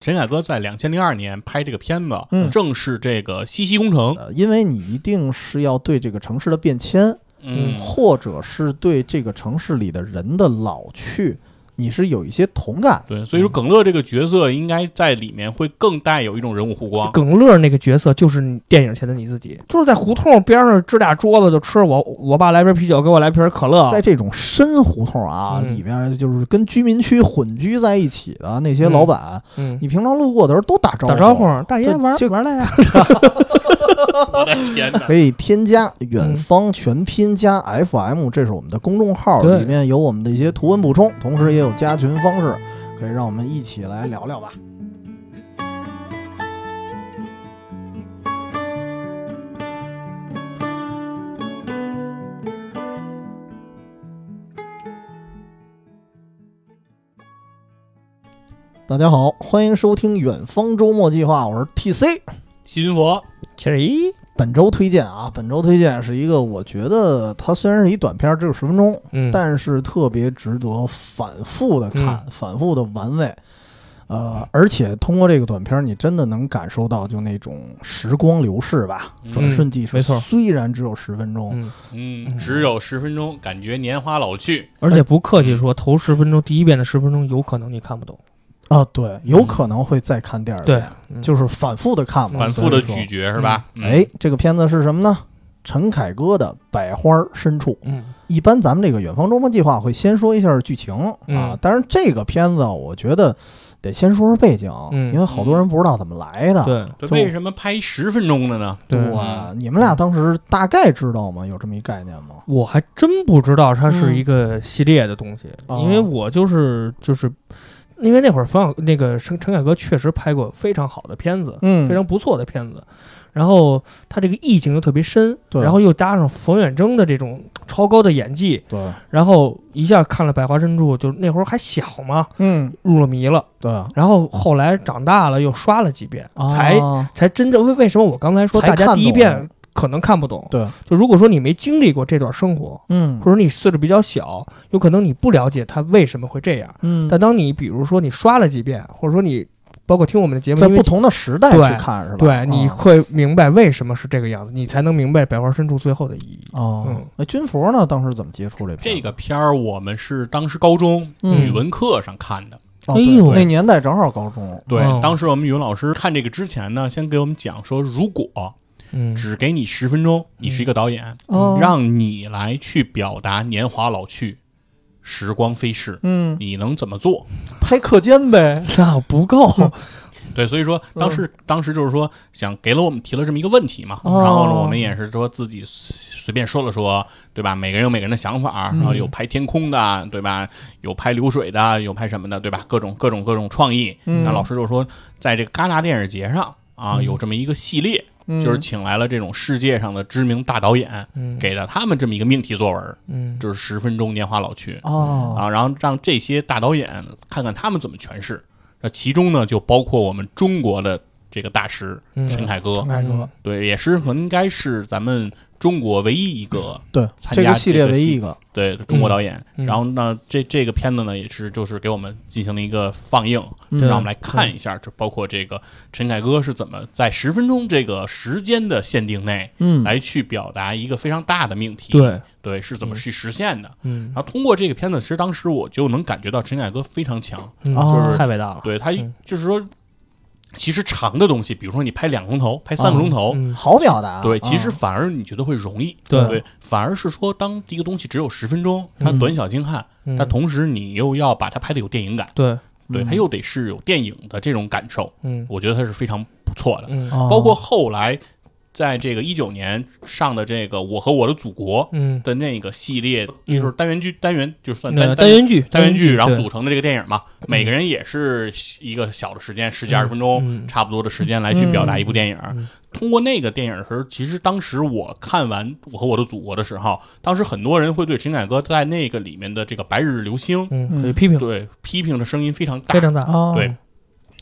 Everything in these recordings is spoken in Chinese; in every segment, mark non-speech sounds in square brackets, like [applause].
陈凯歌在两千零二年拍这个片子，嗯正是这个西溪工程，呃，因为你一定是要对这个城市的变迁，嗯或者是对这个城市里的人的老去，你是有一些同感。对，所以说耿乐这个角色应该在里面会更带有一种人物弧 [laughs] 光，耿乐那个角色就是你电影前的你自己，就是在胡同边上支俩桌子就吃我，我爸来瓶啤酒，给我来瓶可乐在，这种深胡同啊，啊嗯里面就是跟居民区混居在一起的那些老板，嗯，你平常路过的时候都打招打招呼，大这爷玩这玩 [laughs] 来呀，我的天哪！可以添加远嗯方全拼加 FM，这是我们的公众号，对里面有我们的一些图文补充，同时也有加群方式，可以让我们一起来聊聊吧。大家好，欢迎收听《远方周末计划》，我是 TC。西云佛，其实咦，本周推荐啊，本周推荐是一个，我觉得它虽然是一短片儿，只有十分钟，嗯，但是特别值得反复的看，嗯反复的玩味。呃，而且通过这个短片儿，你真的能感受到就那种时光流逝吧，转瞬即逝。嗯没错虽然只有十分钟，嗯，嗯，只有十分钟，感觉年华老去，而哎且不客气说，头十分钟第一遍的十分钟有可能你看不懂，啊，对，有可能会再看第二遍，嗯就是反复的看嘛，反复的嗯所以咀说。嚼是吧？嗯哎，，这个片子是什么呢？陈凯歌的《百花深处》。嗯一般咱们这个远方周末计划会先说一下剧情啊嗯，当然这个片子我觉得得先说说背景，嗯因为好多人不知道怎么来的。对对，就为什么拍十分钟的呢？对，嗯哇，你们俩当时大概知道吗？有这么一概念吗？我还真不知道它是一个系列的东西，嗯因为哦我就是就是，因为那会儿冯小那个陈陈凯歌确实拍过非常好的片子，嗯非常不错的片子，然后他这个意境又特别深，对然后又搭上冯远征的这种超高的演技，对，然后一下看了《百花深处》，就那会儿还小嘛，嗯入了迷了，对，然后后来长大了又刷了几遍，啊才啊才真正为为什么我刚才说才大家看第一懂遍可能看不懂，对，就如果说你没经历过这段生活，嗯或者你岁数比较小，有可能你不了解他为什么会这样。嗯，但当你比如说你刷了几遍，或者说你包括听我们的节目，在因为不同的时代对去看是吧？对，你嗯啊会明白为什么是这个样子，你才能明白《百花深处》最后的意义。哦嗯，那军服呢？当时怎么接触这片这子？个片儿我们是当时高中嗯语文课上看的。哦哎对呦那年代正好高中，对哦，当时我们语文老师看这个之前呢，先给我们讲说，如果嗯 [laughs] 只给你十分钟，你是一个导演，哦让你来去表达年华老去，时光飞逝，嗯你能怎么做？拍课间呗，那不够，对，所以说嗯当时当时就是说想给了我们提了这么一个问题嘛，哦然后呢，我们也是说自己随随便说了说，对吧？每个人有每个人的想法，嗯然后有拍天空的，对吧？有拍流水的，有拍什么的，对吧？各种各种各种创意。嗯那老师就说，在这个戛纳电影节上啊，有这么一个系列，嗯就是请来了这种世界上的知名大导演，嗯给了他们这么一个命题作文，嗯就是十分钟年华老去哦啊，然后让这些大导演看看他们怎么诠释。那其中呢，就包括我们中国的这个大师嗯陈凯歌陈，凯歌，对，也是可能应该是咱们中国唯一一个对，参这加个系列这个唯系一一个，对中国导演。嗯然后呢，这这个片子呢，也是就是给我们进行了一个放映，嗯让我们来看一下，就包括这个陈凯歌是怎么在十分钟这个时间的限定内，嗯来去表达一个啊非常大的命题，对，对，是怎么去实现的。嗯然，后通过这个片子，其实当时我就能感觉到陈凯歌非常强，嗯哦就是太伟大了，对他嗯就是说，其实长的东西，比如说你拍两个钟头，拍三个钟头，嗯好表达。对，啊其实反而你觉得会容易，对对，反而是说当一个东西只有十分钟，它嗯短小精悍，嗯但同时你又要把它拍的有电影感，对，对，嗯它又得是有电影的这种感受，嗯我觉得它是非常不错的。嗯哦包括后来在这个一九年上的这个《我和我的祖国》嗯，的那个系列，嗯也就是单元剧单元，就算单那单元剧，单元剧，然后对嗯组成的这个电影嘛，每个人也是一个小的时间，十几二十分钟，嗯差不多的时间来去表达一部电影嗯。通过那个电影的时候，其实当时我看完《我和我的祖国》的时候，当时很多人会对陈凯歌在那个里面的这个白日流星嗯，可以批评对批评的声音非常大非，常大，哦对，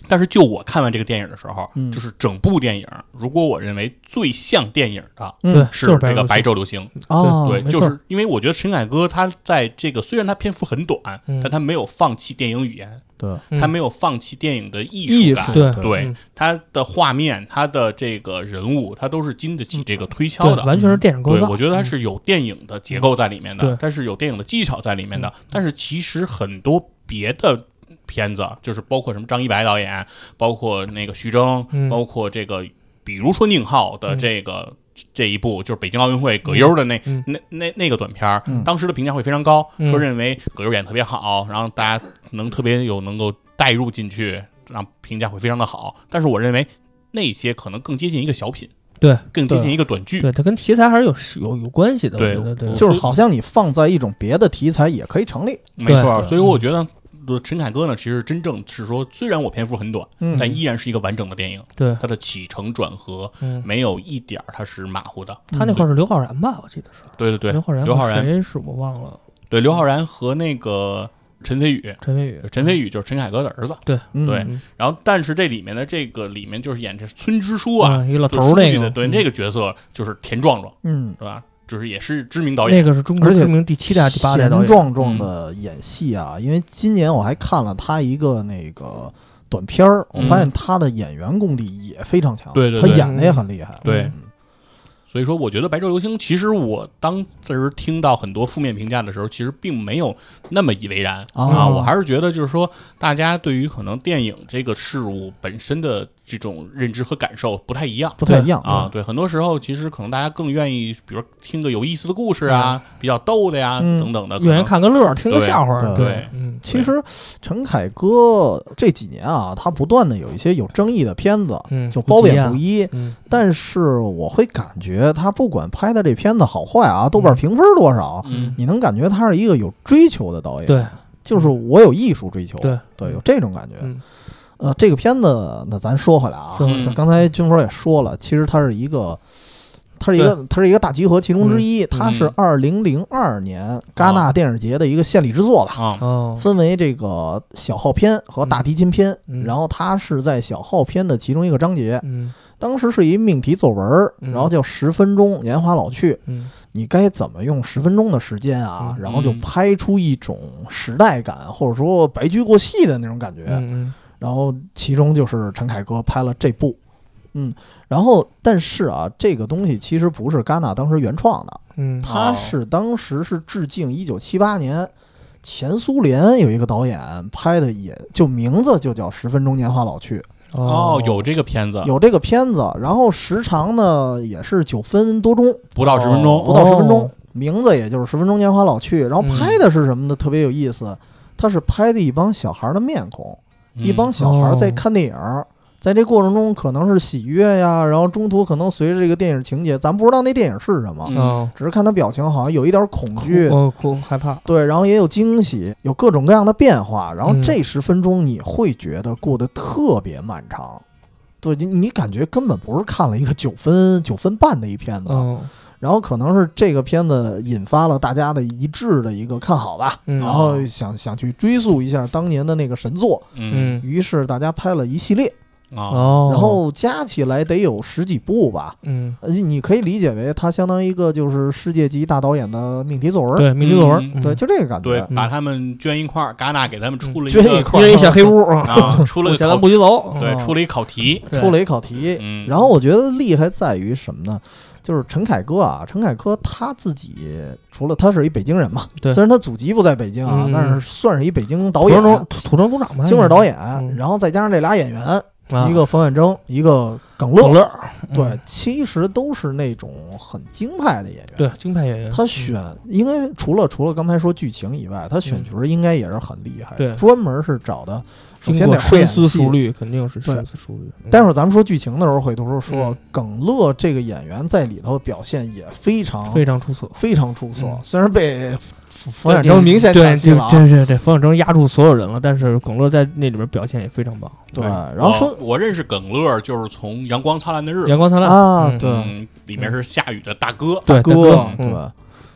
但是就我看完这个电影的时候，嗯就是整部电影，如果我认为最像电影的嗯对，是就是这个《白白昼流星》，哦，对，嗯没就错是因为我觉得陈凯歌他在这个虽然他篇幅很短，嗯但他没有放弃电影语言，对，嗯他没有放弃电影的艺艺术感术，对对嗯他的画面、他的这个人物，他都是经得起这个推敲对，的。嗯完全是电影构对，造。我觉得它是有电影的结构在里面嗯的对，嗯但是有电影的技巧在里面的。但是其实很多别的片子，就是包括什么张一白导演，包括那个徐峥，嗯包括这个，比如说宁浩的嗯这个。这一部就是北京奥运会葛优的那、嗯那那那个短片儿嗯当时的评价会非常高，嗯说认为葛优演得特别好，然后大家能特别有能够带入进去，让评价会非常的好。但是我认为那些可能更接近一个小品，对，更接近一个短剧，对，它跟题材还是有是有有关系的。对我觉得对，就是好像你放在一种别的题材也可以成立，没错儿，对所以嗯我觉得呃陈凯歌呢，其实真正是说，虽然我篇幅很短，嗯但依然是一个完整的电影，对，它的起承转合嗯，没有一点儿它是马虎的。嗯他那块儿是刘昊然吧？我记得是对对对，刘昊然，刘昊然，谁是我忘了，对刘昊然和那个陈飞宇，陈飞宇。陈飞宇就是陈凯歌的儿子。嗯对嗯然后，但是这里面的这个里面就是演这村支书啊，嗯一个老就头儿书那记个，的对那个角色就是田壮壮，嗯，是吧？就是也是知名导那演，个是中国而且知名第七代、第八代田导演。壮嗯壮的演戏啊，因为今年我还看了他一个那个短片儿，我嗯发现他的演员功底也非常强，对对他对演的也很厉害，对嗯，所以说我觉得《白昼流星》其实我当时听到很多负面评价的时候，其实并没有那么以为然。啊，啊，我还是觉得就是说，大家对于可能电影这个事物本身的这种认知和感受不太一样。不太一样啊，，对，很多时候其实可能大家更愿意，比如听个有意思的故事啊，比较逗的呀，嗯等等的。可愿意能看个乐儿，听个笑话儿。对对嗯，其实陈凯歌这几年啊，他不断的有一些有争议的片子，嗯就褒贬不一。嗯，但是我会感觉他不管拍的这片子好坏啊，豆瓣评分多少，嗯，你能感觉他是一个有追求的导演。对，就是我有艺术追求，对有这种感觉。嗯呃，这个片子那咱说回来啊，说回来就刚才军佛也说了，其实它是一个。它是一个，它是一个大集合其中之一。它是嗯二零零二年戛纳电影节的一个献礼之作吧，啊，哦，分为这个小号篇和大提琴篇。嗯嗯然后它是在小号篇的其中一个章节，嗯当时是一命题作文儿，嗯然后叫《十分钟年华老去》，嗯你该怎么用十分钟的时间啊，嗯然后就拍出一种时代感，或者说白驹过隙的那种感觉。嗯然后其中就是陈凯歌拍了这部，嗯，然后但是啊，这个东西其实不是戛纳当时原创的，嗯它哦是当时是致敬一九七八年前苏联有一个导演拍的也，就名字就叫《十分钟年华老去》，哦，有这个片子，有这个片子，然后时长呢也是九分多钟，不到十分钟，不到十分钟哦，名字也就是十分钟年华老去。然后拍的是什么呢？特别有意思，他是拍的一帮小孩的面孔，嗯一帮小孩在看电影。在这过程中，可能是喜悦呀，然后中途可能随着这个电影情节，咱不知道那电影是什么，嗯哦，只是看他表情好像有一点恐惧，我哭害怕。对，然后也有惊喜，有各种各样的变化。然后嗯这十分钟你会觉得过得特别漫长，对你你感觉根本不是看了一个九分九分半的一片子，嗯然后可能是这个片子引发了大家的一致的一个看好吧，嗯哦然后想想去追溯一下当年的那个神作，嗯嗯于是大家拍了一系列，啊，哦，然后加起来得有十几部吧。嗯，呃你可以理解为它相当于一个就是世界级大导演的命题作文，对，命题嗯作文，嗯对，就这个感对觉，。把他们捐一块儿，戛纳给他们出了捐嗯一个块因儿为一 [laughs] 小黑屋啊，啊，出了我个下咱考不许走。对嗯，出了一考题，对出了一考题，嗯，然后我觉得厉害在于什么呢？就是陈凯歌啊，陈凯歌他自己除了他是一北京人嘛，对虽然他祖籍不在北京啊，嗯但是算是一北京导土演啊生、土土生土长吧，京味儿导演，嗯然后再加上这俩演员，啊一个冯远征，一个耿乐，耿乐儿，嗯对，其实都是那种很京派的演员。对，京派演员，他选应该除了除了刚才说剧情以外，他选嗯角应该也是很厉害，对专门是找的。首经先过得会深演思戏熟虑，肯定是对深思熟虑。嗯待会儿咱们说剧情的时候会多说说，嗯耿乐这个演员在里头表现也非常非常出色，非常出色，嗯虽然被冯对远征明显对抢戏对了啊，真是这冯远征压住所有人了，但是耿乐在那里边表现也非常棒，对，对然哦后说我我认识耿乐，就是从《阳光灿烂的日子》阳光灿烂啊嗯对嗯，里面是下雨的大哦哥，对大哥嗯，对。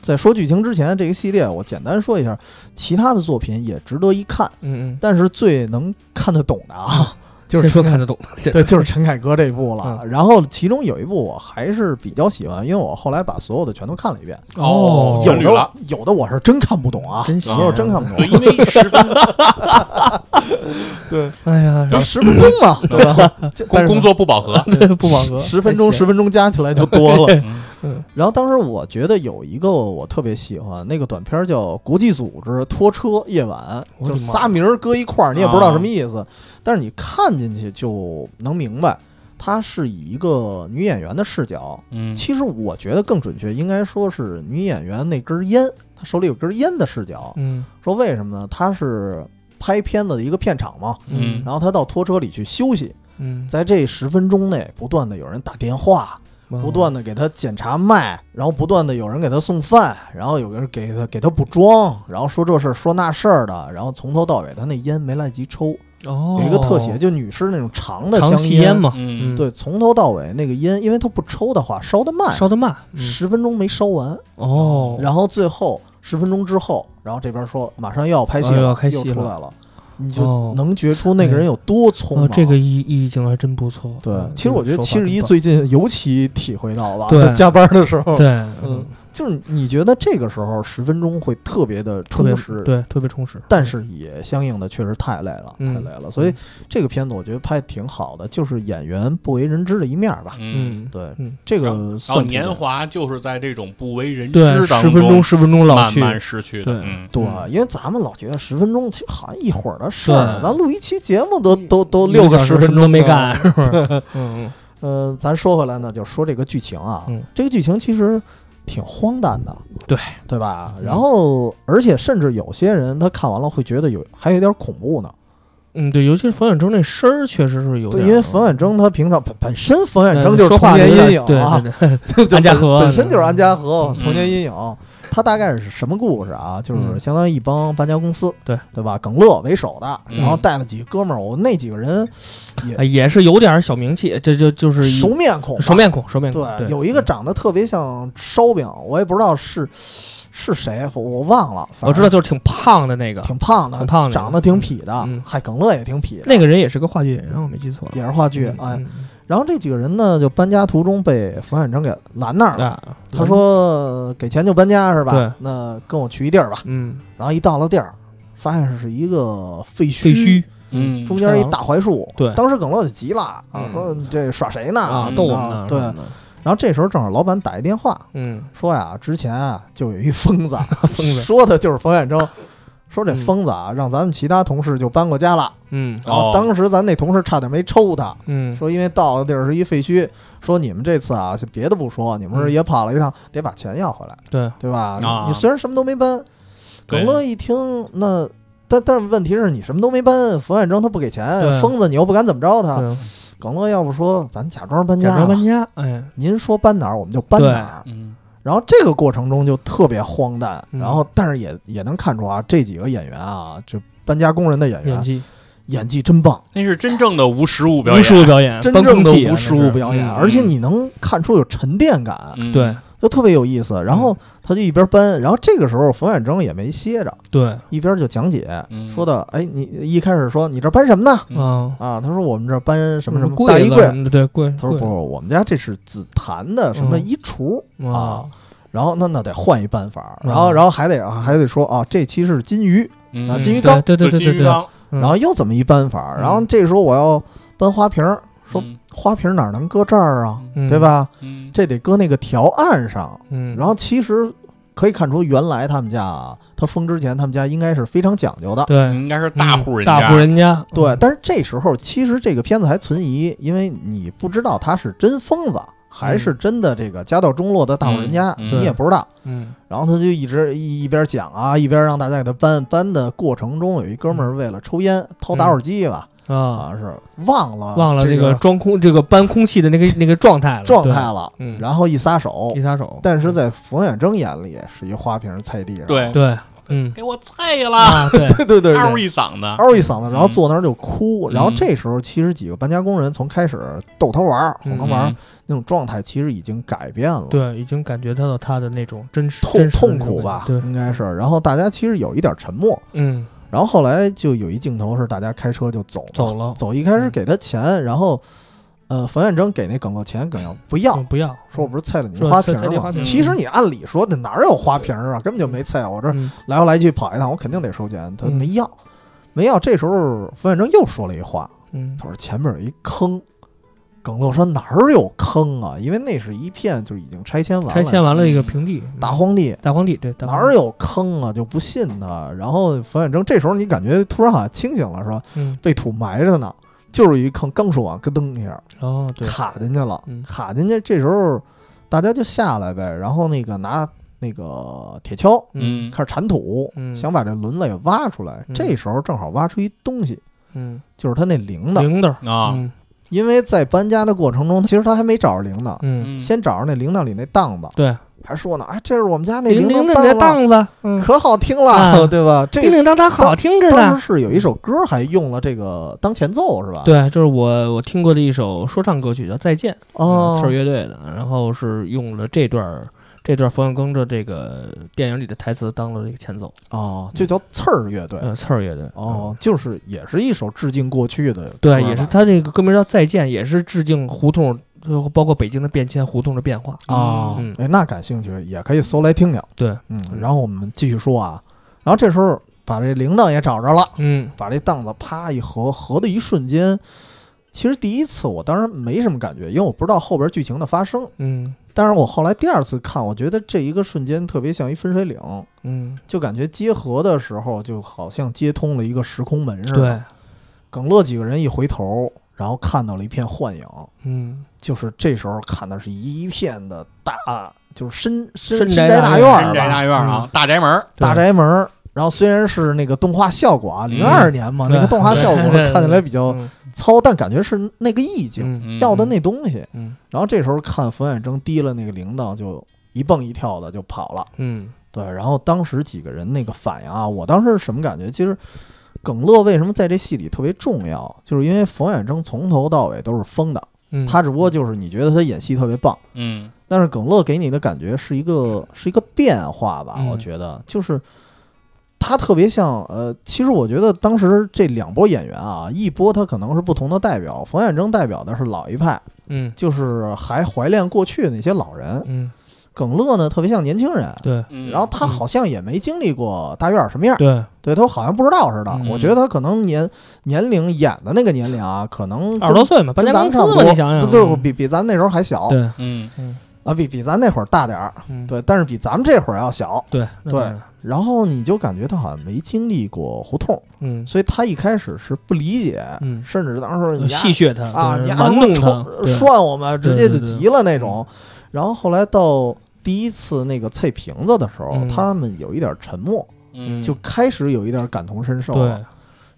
在说剧情之前，这个系列我简单说一下，其他的作品也值得一看，嗯嗯但是最能看得懂的啊，就是嗯先说陈看得懂，先对，就是陈凯歌这部了。嗯然后其中有一部我还是比较喜欢，因为我后来把所有的全都看了一遍。哦有全捋的了我有的我是真看不懂啊，真有的我真看不对，懂，因为十分对，哎呀， [laughs] 就十分钟嘛，对吧？就但工是工作不饱和，不饱和，十分钟太十闲分钟加起来就 [laughs] 多了。嗯然后当时我觉得有一个我特别喜欢，那个短片叫《国际组织拖车夜晚》，我的妈就是仨名儿搁一块儿，你也不知道什么意思，但是你看进去就能明白，它是以一个女演员的视角嗯其实我觉得更准确，应该说是女演员那根烟，她手里有根烟的视角。嗯说为什么呢？她是拍片子的一个片场嘛，嗯然后她到拖车里去休息，嗯，在这十分钟内，不断的有人打电话，不断的给她检查脉，然后不断的有人给她送饭，然后有个人给她给她补妆，然后说这事儿说那事儿的，然后从头到尾她那烟没来得及抽，哦有一个特写，就女士那种长的长香吸烟，嘛，嗯，对，从头到尾那个烟，因为她不抽的话烧得慢，烧的慢，嗯十分钟没烧完，哦，嗯然后最后十分钟之后，然后这边说马上又要拍戏哦又了，要开戏又了出来了，你就哦能觉出那个人有多匆忙。哦，这个意意境还真不错。对嗯，其实我觉得七十一，这个手最近尤其体会到吧，对就加班的时候法，对，嗯嗯，，就是你觉得这个时候十分钟会特别的特别充实，，对，特别充实。但是也相应的确实太累了，嗯太累了。所以这个片子我觉得拍得挺好的，就是演员不为人知的一面吧。嗯。嗯，对嗯，这然个然后算特年别华就是在这种不为人知对，当十分钟中十分钟老慢去，慢失去的对。嗯，对嗯，因为咱们老觉得十分钟其实好像一会儿的事儿，对咱录一期节目都都都都六个小十时什分么钟都啊没了干。， [laughs] 是不是？嗯呃，咱说回来呢，就说这个剧情啊嗯，这个剧情其实挺荒诞的，对对吧？嗯然后，而且甚至有些人他看完了会觉得有还有点恐怖呢，嗯，对，尤其是冯远征那声儿，确实是有对，点儿，因为冯远征他平常本本身冯远嗯征就是童说话年有点阴影对啊，对 [laughs] 对，就安家本和本身就是安家和嗯童年阴影。他大概是什么故事啊？就是嗯相当于一帮搬家公司，对对吧？耿乐为首的，嗯然后带了几个哥们儿，我那几个人啊也是有点儿小名气，这就就是一熟面孔吧，熟面孔，熟面孔。对，嗯对，有一个长得特别像烧饼，我也不知道是是谁，我我忘了，我知道，就是挺胖的那个反，正挺胖的，挺胖的长得挺痞的嗯，嗨，耿乐也挺痞的，那个人也是个话剧演员，我没记错。也是话剧，嗯哎，嗯然后这几个人呢，就搬家途中被冯远征给拦那儿了。啊，他，说：“给钱就搬家是对吧？那跟我去一地儿吧。”嗯，然后一到了地儿，发现是一个废墟，废墟，嗯中间一大槐树。对当时耿乐就急了啊，嗯说这耍谁呢？啊，嗯逗我们呢，对是吧，然后这时候正好老板打一电话嗯，说呀，之前啊就有一疯子， [laughs] 疯子，说的就是冯远征。说这嗯疯子啊，让咱们其他同事就搬过家了。嗯然后哦当时咱那同事差点没抽他，嗯，说因为到的地儿是一废墟，说你们这次啊，别的不说，你们嗯是也跑了一趟，得把钱要回来，对，对吧？啊你虽然什么都没搬，耿乐一听，那但但是问题是你什么都没搬，冯远征他不给钱，对疯子你又不敢怎么着他。对耿乐要不说咱假装搬家假吧，装搬家，哎，您说搬哪儿我们就搬哪儿。嗯然后这个过程中就特别荒诞，嗯然后但是也也能看出啊，这几个演员啊，就搬家工人的演员演技，演技真棒，那是真正的无实物表无演，实物表演，真搬正空的气啊无实物表演，那是而且你能看出有沉淀感。嗯对，就特别有意思。然嗯后他就一边搬，然后这个时候冯远征也没歇着，对，一边就讲解，嗯说的，哎，你一开始说你这搬什么呢？嗯啊，啊，他说我们这搬什么什么柜大衣子柜什，么嗯的，对柜，他说不，柜我们家这是紫檀的什么嗯衣橱、啊啊，。然后那那得换一办法，嗯然后然后还得啊还得说啊，这期是金鱼，嗯啊嗯金鱼缸对对对金对鱼对，缸，嗯然后又怎么一办法？嗯然后这时候我要搬花瓶儿，说嗯花瓶哪能搁这儿啊，嗯对？吧？嗯这得搁那个条案上，嗯，然后其实可以看出，原来他们家啊，他封之前，他们家应该是非常讲究的。对，应该是大户人嗯家，大户人家，对，嗯，但是这时候其实这个片子还存疑，因为你不知道他是真疯子还是真的这个家道中落的大户人家，嗯嗯你也不知道。嗯然后他就一直一一边讲啊，一边让大家给他搬搬的过程中，有一哥们嗯儿为了抽烟掏打火机吧，啊，好像是忘了忘了这这个装空这个搬空气的那个那个状态了，状对态了嗯，然后一撒手一。撒手，但是在冯远征眼里是一花瓶菜地上，对，对，嗯给我菜了，啊，对， [laughs] 对对对，对嗷一嗓子，嗷一嗓子，然后嗯坐那儿就哭。嗯然后这时候，其实几个搬家工人从开始逗他玩儿、哄嗯他玩儿那种状态，其实已经改变了，对，已经感觉到他的那种真实痛真实的痛那种苦感吧，觉对，应该是。然后大家其实有一点沉默。嗯，然后后来就有一镜头是大家开车就走了走了嗯走一开始给他钱，然后呃冯远征给那耿乐钱，耿乐不要，嗯不要说我不是菜了你说花瓶菜菜儿你花吗瓶？儿其实你按理说那哪儿有花瓶儿啊，根本就没菜，我这嗯来回来去跑一趟，我肯定得收钱，他嗯没要。没要，这时候冯远征又说了一话，嗯他说前面有一坑。耿乐说哪儿有坑啊？因为那是一片就已经拆迁完了，拆迁完了一个平地，嗯大荒地，大荒地对大哪荒儿地有坑啊？就不信他。然后冯远征这时候你感觉突然好像清醒了，是吧？嗯被土埋着呢，就是一坑，刚说完咯噔一下哦对卡进去了，嗯卡进去。这时候大家就下来呗，然后那个拿那个铁锹嗯开始铲土，嗯想把这轮子给挖出来。嗯这时候正好挖出一东西，嗯就是他那铃铛，铃铛啊，嗯因为在搬家的过程中，其实他还没找着铃铛，嗯嗯先找着那铃铛里那档子，对还说呢，哎，这是我们家那铃铃铃铛铛你的档了。档子嗯可好听了，啊 [laughs] 对吧？这叮铃当当好听着当呢。时是有一首歌还用了这个当前奏是吧？，对，这是我我听过的一首说唱歌曲，叫《再见》，哦嗯，刺儿乐队的，然后是用了这段儿这段冯小刚的这个电影里的台词当了这个前奏，哦，就叫刺儿乐队，呃，刺儿乐队，嗯哦，就是也是一首致敬过去的歌吧，对，也是他这个歌名叫《再见》，也是致敬胡同，呃包括北京的变迁、胡同的变化。哦嗯，哎，那感兴趣也可以搜来听听。对，嗯，嗯然后我们继续说啊，然后这时候把这铃铛也找着了，嗯把这档子啪一合，合的一瞬间。其实第一次我当然没什么感觉，因为我不知道后边剧情的发生。嗯但是我后来第二次看，我觉得这一个瞬间特别像一分水岭，嗯，就感觉接合的时候，就好像接通了一个时空门似的。对，耿乐几个人一回头，然后看到了一片幻影，嗯，就是这时候看的是一片的大，就是深深深宅宅大院院深宅儿吧，大院啊，大宅门儿，大对嗯宅门儿。然后虽然是那个动画效果啊，零二年嘛，那个对动画效果 [laughs] 对看起来比较嗯糙，但感觉是那个意境，嗯嗯要的那东西。嗯然后这时候看冯远征提了那个铃铛，就一蹦一跳的就跑了。嗯对，然后当时几个人那个反应啊，我当时是什么感觉？其实耿乐为什么在这戏里特别重要，就是因为冯远征从头到尾都是疯的，嗯，他只不过就是你觉得他演戏特别棒，嗯但是耿乐给你的感觉是一个是一个变化吧，嗯我觉得就是。他特别像，呃，其实我觉得当时这两波演员啊，一波他可能是不同的代表，冯远征代表的是老一派，嗯就是还怀恋过去的那些老人；嗯耿乐呢，特别像年轻人，对嗯，然后他好像也没经历过大院儿什么样儿，对，对他好像不知道似的。嗯我觉得他可能年年龄演的那个年龄啊，可能二十多岁嘛，搬跟家咱公们差司不嘛，多，你想对想，对，比比咱那时候还小对，嗯啊，比比咱那会儿大点儿，嗯对，但是比咱们这会儿要小。对那对当然然后你就感觉他好像没经历过胡同，嗯所以他一开始是不理解，嗯，甚至当时你丫戏谑他啊，对你丫玩弄他，瞅对涮我们，直接对就对对嗯急了那种。然后后来到第一次那个菜瓶子的时候，嗯他们有一点沉默，嗯就开始有一点感同身受了。对，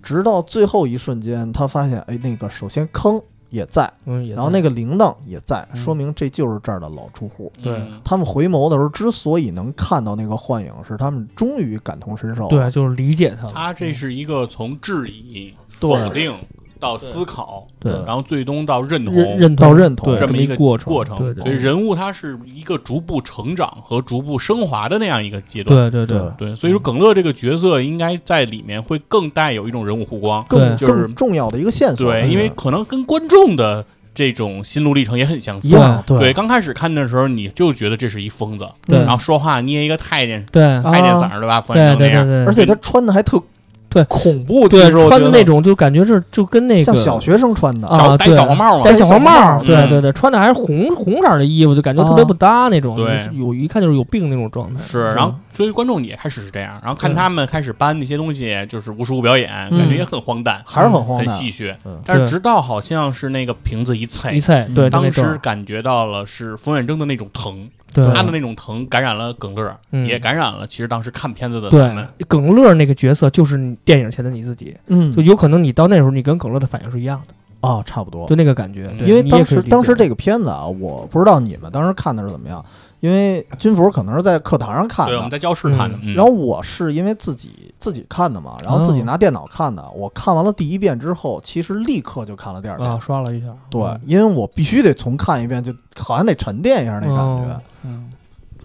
直到最后一瞬间，他发现，哎，那个首先坑也在，嗯，也然后那个个铃铛也在，嗯说明这就是这儿的老住户。对嗯他们回眸的时候，之所以能看到那个幻影，是他们终于感同身受。，对，就是理解他了，他这是一个从质疑、对否定到思考，对然后最终到认同认认到同认同对这这么么一一个过程。过程对对所以人物他是一个逐步成长和逐步升华的那样一个阶段。对对对对对，所以说耿乐这个角色应该在里面会更带有一种人物弧光，更对就是更重要的一个线索。对，因为可能跟观众的这种心路历程也很相一似。样，对，刚开始看的时候，你就觉得这是一疯子，对然后说话捏一个太监对太监嗓儿，对吧？冯远啊对征那对样，啊对，而且他穿的还特对恐怖，其对实我穿觉得的那种就感觉是就跟那个像小学生穿的啊小戴对小黄帽嘛，戴小黄帽儿，戴小黄帽儿啊对嗯对对，穿的还是红红色儿的衣服，就感觉特别不搭那种，对就是有一看就是有病那种状态。是，然后所以观众也开始是这样，然后看他们开始搬那些东西，就是无实物表演，嗯感觉也很荒诞，还是很荒很诞。戏谑嗯。但是对直到好像是那个瓶子一一碎，菜，嗯对，就当那段时儿感觉到了是冯远征的那种疼，对他的那种疼感染了耿乐，嗯也感染了其实当时看片子的咱们。对耿乐那个角色就是你电影前的你自己，嗯就有可能你到那时候你跟耿乐的反应是一样的，啊，差不多。就那个感觉。嗯对因为你当也可时以理解当时这个片子啊，我不知道你们当时看的是怎么样，因为军服可能是在课堂上看对，我们的，在教室看的，嗯然后我是因为自己自己看的嘛，然后自己哦拿电脑看的。我看完了第一遍之后，其实立刻就看了第二遍啊，，刷了一下，对，因为我必须得重看一遍，就好像得沉淀一下那感觉哦，嗯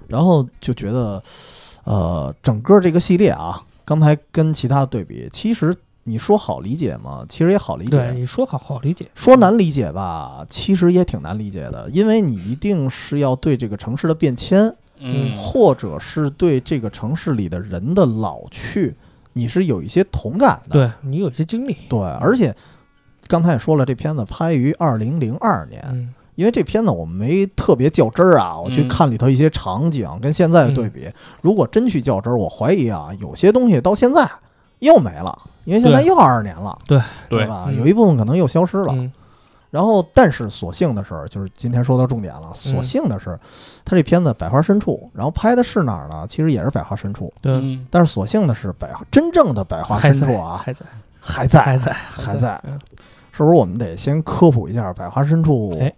然后就觉得，呃，整个这个系列啊，刚才跟其他对比，其实你说好理解吗？其实也好理对，解。你说好好理解，说难理解吧，其实也挺难理解的，因为你一定是要对这个城市的变迁，嗯，或者是对这个城市里的人的老去，你是有一些同感的。嗯对你有一些经历，对，而且刚才也说了，这片子拍于二零零二年，嗯，因为这片子我没特别较真儿啊，我去嗯看里头一些场景跟现在的对比，嗯如果真去较真儿，我怀疑啊，有些东西到现在又没了，因为现在对又二十年了，对，吧？嗯有一部分可能又消失了。嗯然后，但是所幸的是，就是今天说到重点了，所嗯幸的是，它这片子百花深处，然后拍的是哪儿呢？其实也是百花深处，对，嗯，但是所幸的是百花真正的百花还深在处啊，还在还在还在还在嗯是不是我们得先科普一下百花深处？哎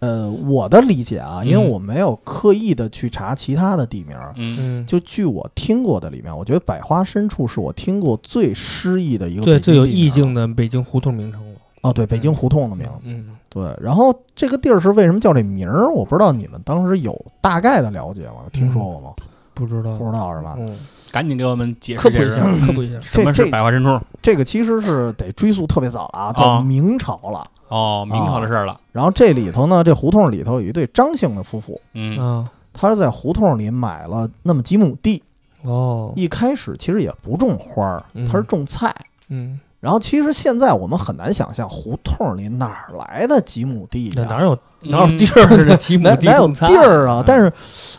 呃，我的理解啊，嗯因为我没有刻意的去查其他的地名儿，嗯，嗯，就据我听过的里面，我觉得百花深处是我听过最诗意的一个最北京最有地名啊意境的北京胡同名称了，哦，对，北京胡同的名字。嗯，对，然后这个地儿是为什么叫这名儿？我不知道你们当时有大概的了解吗？听说过吗？不知道不，知道是吧？嗯，赶紧给我们解科释解普一释下，科普一下，什么这是这百花深处？这个其实是得追溯特别早了啊，到啊明朝了。哦，明啊朝的事儿了，然后这里头呢，这胡同里头有一对张姓的夫妇，嗯啊，他是在胡同里买了那么几亩地，哦，一开始其实也不种花儿嗯，他是种菜。嗯，然后其实现在我们很难想象胡同里哪儿来的几亩地那呀、哪有哪有地儿 [laughs] 的几亩嗯哪地哪有种菜嗯地儿啊？但是，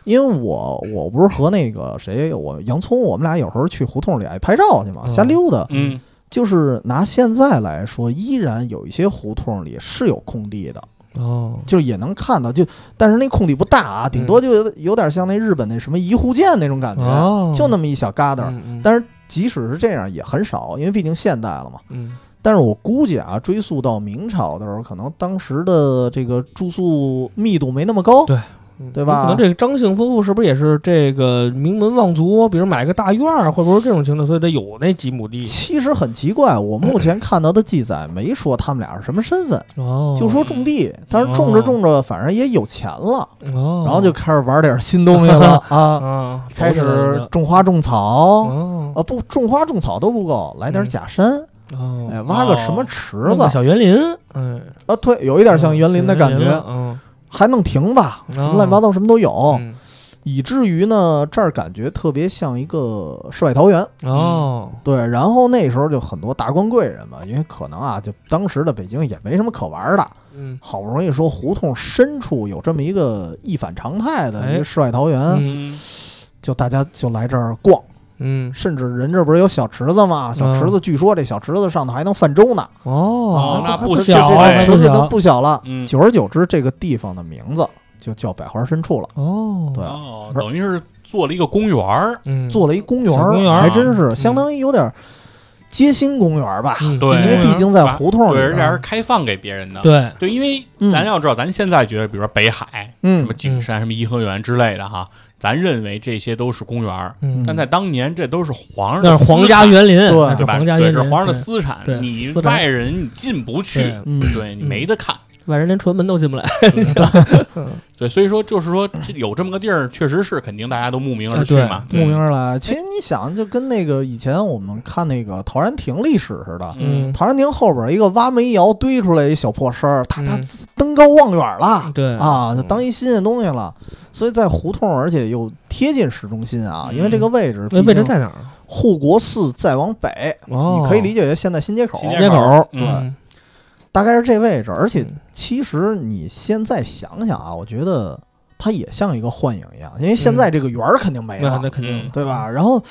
因为我我不是和那个谁，我洋葱，我们俩有时候去胡同里爱拍照去嘛，嗯瞎溜达。嗯就是拿现在来说，依然有一些胡同里是有空地的，哦，就也能看到，就但是那空地不大啊，顶多嗯就有点像那日本那什么一户建那种感觉，哦，就那么一小疙瘩儿。嗯，但是即使是这样，也很少，因为毕竟现代了嘛。嗯但是我估计啊，追溯到明朝的时候，可能当时的这个住宿密度没那么高对。嗯，对吧有可能这个张姓夫妇是不是也是这个名门望族？比如买个大院儿，会不会是这种情况？所以得有那几亩地其实很奇怪，我目前看到的记载没说他们俩是什么身份，哦，就说种地。但是种着种着，反正也有钱了，哦，然后就开始玩点新东西了啊，啊，开走起来始了种花种草。哦啊，不，种花种草都不够，来点嗯假山，哦，哎，挖个什么哦池弄子个小园林，嗯，有啊？对，有一点像园林的感觉，嗯，还弄亭子，什么乱七八糟什么都有。哦嗯以至于呢，这儿感觉特别像一个世外桃源。哦，对，然后那时候就很多达官贵人嘛，因为可能啊，就当时的北京也没什么可玩的，嗯好不容易说胡同深处有这么一个一反常态的一个世外桃源，哎嗯就大家就来这儿逛，嗯，甚至人这不是有小池子吗？小池子据说这小池子上头还能泛舟呢，哦，哦那还不这小这哎这池子都不小啊不小了。嗯，久而久之，这个地方的名字就叫百花深处了。哦，对，哦，等于是做了一个公园儿，嗯，做了一公园小儿，公园儿还真是相当于有点儿街心公园儿吧，嗯对因为毕竟在胡同里对，而边且儿，还是开放给别人的。对，对，因为嗯咱要知道，咱现在觉得，比如说北海、什嗯么，景山、什么颐和园之类的哈，咱认为这些都是公园儿，嗯，但在当年这都是皇上那的是私皇家产园林，对那是对吧？皇家对，园这林，是皇上的对私产对，你私产外人你进不去对，嗯，对你嗯没得看。外人连城门都进不来，对，所以说就是说这有这么个地儿，确实是肯定大家都慕名而啊去对嘛，对慕名而来。其实你想，就跟那个以前我们看那个陶然亭历史似的，嗯，陶然亭后边一个挖煤窑堆出来一小破山儿，大家嗯登高望远了。对啊，就当一新鲜东西了，所以在胡同，而且又贴近市中心啊，嗯因为这个位置，那位置在哪儿？护国寺再往北，哦，你可以理解为现在新街口，新街街口口，对嗯，大概是这位置。而且嗯其实你现在想想啊，我觉得它也像一个幻影一样，因为现在这个园儿肯定没嗯那了，那肯定嗯哎对吧？？然后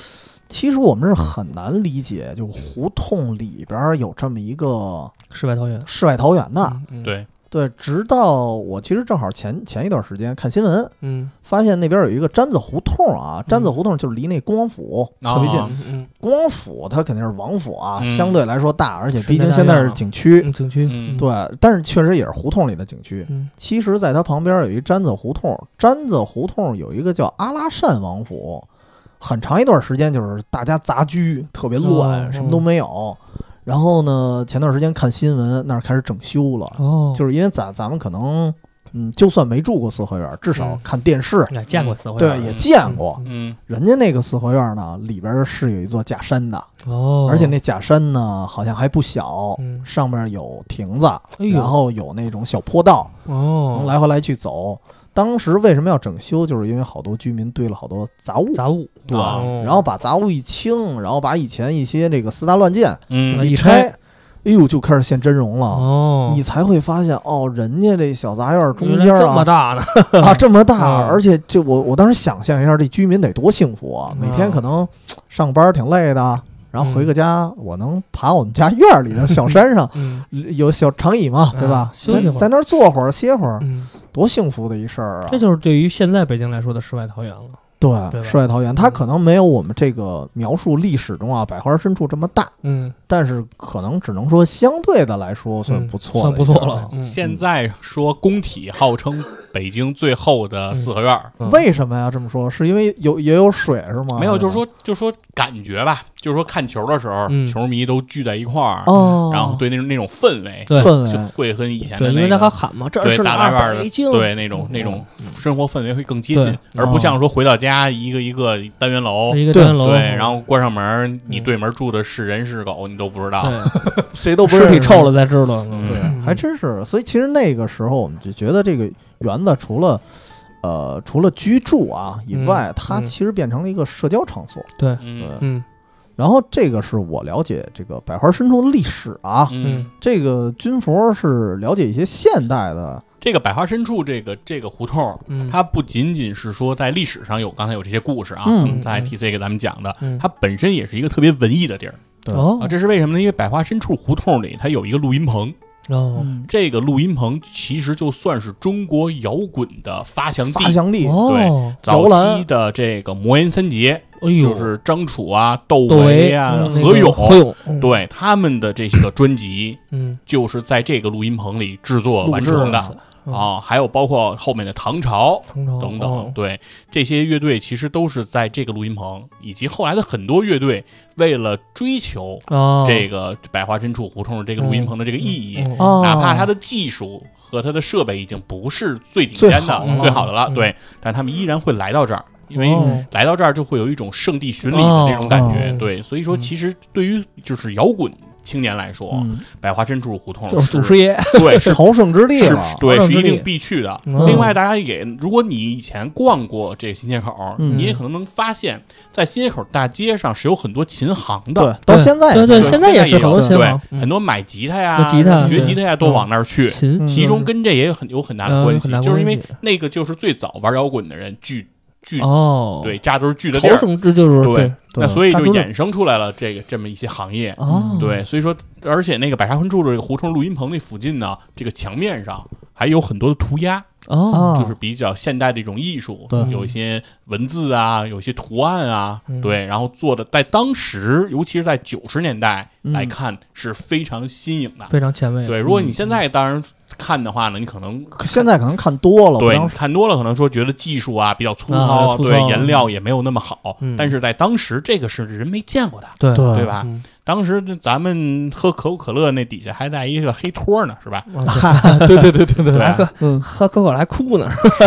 其实我们是很难理解，就胡同里边儿有这么一个世外桃源，世外桃源的。嗯，对，对，直到我其实正好前前一段时间看新闻，嗯，发现那边有一个毡子胡同啊，毡子胡同就是离那恭王府特别近。啊嗯嗯恭王府它肯定是王府啊，嗯相对来说大，而且时代毕竟大现在院是啊景区，嗯，景区，嗯对，但是确实也是胡同里的景区。嗯，其实，在它旁边有一毡子胡同，毡子胡同有一个叫阿拉善王府，很长一段时间就是大家杂居，特别哦乱，什么都没有。然后呢，前段时间看新闻，那儿开始整修了，哦，就是因为咱咱们可能嗯，就算没住过四合院，至少嗯看电视，你见过四合对，院？也见过。嗯人家那个四合院呢，里边是有一座假山的，哦，而且那假山呢好像还不小，嗯上面有亭子，哎然呦后有那种小坡道，能哦，来回来去走。当时为什么要整修，就是因为好多居民堆了好多杂物，杂物对啊哦然后把杂物一清，然后把以前一些这个四大乱建嗯一啊一拆，哎呦，就开始现真容了。哦，你才会发现哦，人家这小杂院中原来间这么啊大呢？啊这么大，嗯，而且这我我当时想象一下，这居民得多幸福啊！每天可能嘖上班挺累的，然后回个家，我能爬我们家院儿里的小山上 [laughs] 嗯有小长椅嘛，对吧啊？休息在会儿在那儿坐会儿歇会儿，嗯，多幸福的一事儿啊！这就是对于现在北京来说的世外桃源了。对对吧世外桃源，它可能没有我们这个描述历史中啊百花深处这么大，嗯，但是可能只能说相对的来说算不错的算一不事儿，错了。嗯现在说工体号称北京最后的四合院儿，嗯为什么呀？这么说是因为有也有水是吗？没有，就是说，就是说感觉吧，就是说看球的时候，嗯球迷都聚在一块儿，哦，然后对那种那种氛围，对氛就围，会跟以前的对，因那为他个还喊嘛，这对是大大哪院儿？儿北京。的，对那种那种生活氛围会更接近嗯对，而不像说回到家一个一个单元楼是，一个对单元楼，对，然后关上门，你嗯对门住的是人是狗，你都不知道。 [laughs] 对，谁都尸体臭了，才知道。啊嗯对，嗯还真是。所以其实那个时候我们就觉得这个园子除了。呃，除了居住啊以外，嗯它嗯其实变成了一个社交场所。嗯嗯然后这个是我了解这个百花深处的历史啊。嗯，这个军佛是了解一些现代的，这个百花深处这个这个胡同，嗯，它不仅仅是说在历史上有刚才有这些故事啊，嗯在 TC 给咱们讲的，嗯它本身也是一个特别文艺的地儿对啊。哦这是为什么呢？因为百花深处胡同里它有一个录音棚，哦这个录音棚其实就算是中国摇滚的发祥地发。祥地，哦，早摇期篮的这个魔岩三杰，哎呦，就是张楚啊、窦窦唯唯啊、嗯那何个勇，何勇，嗯，对他们的这些个专辑，嗯，就是在这个录音棚里制作录完制成的的嗯啊。还有包括后面的唐朝唐朝等哦等，对这些乐队其实都是在这个录音棚，以及后来的很多乐队为了追求哦，这个百花深处胡同这个录音棚的这个意义，嗯，哦，哪怕它的技术和它的设备已经不是最顶尖最好的、了最好的了，嗯对，但他们依然会来到这儿，因为哦来到这儿就会有一种圣地巡礼的这种感觉，哦对，所以说嗯其实对于就是摇滚青年来说，嗯，百花深处胡同就是祖师是爷，对是朝圣之地是了，对朝圣是之一定地必去的。嗯另外，大家也如果你以前逛过这个新街口，嗯你也可能能发现，在新街口大街上是有很多琴行的，对，到现在对也对，是对现在也现在是也好多有琴对行，嗯很多买吉他呀、那吉他学对吉他呀都嗯往那儿去。琴，其中跟这也有很有很大的嗯关很系大，就是因关为系那个就是最早玩摇滚的人聚聚哦，对扎堆聚的地朝儿，圣之就是啊对那对所以就扎堆的衍生出来了这个这么一些行业。哦，对，所以说，而且那个百沙分住的这个胡同录音棚那附近呢，这个墙面上还有很多的涂鸦，哦，啊就是比较现代的一种艺术对，有一些文字啊，有一些图案啊嗯，对，然后做的在当时，尤其是在九十年代嗯来看是非常新颖的。非常前卫，对，如果你现在当然看的话呢，你可能现在可能看多了，我对当时看多了，可能说觉得技术啊比较粗啊糙，粗糙对颜料也没有那么好嗯，但是在当时这个是人没见过的。对对对吧？嗯当时咱们喝可口可乐那底下还带一个黑托呢，是吧？啊对看， [laughs] 对对对对对对对，嗯，喝可口还哭 [laughs] 啊呢，是，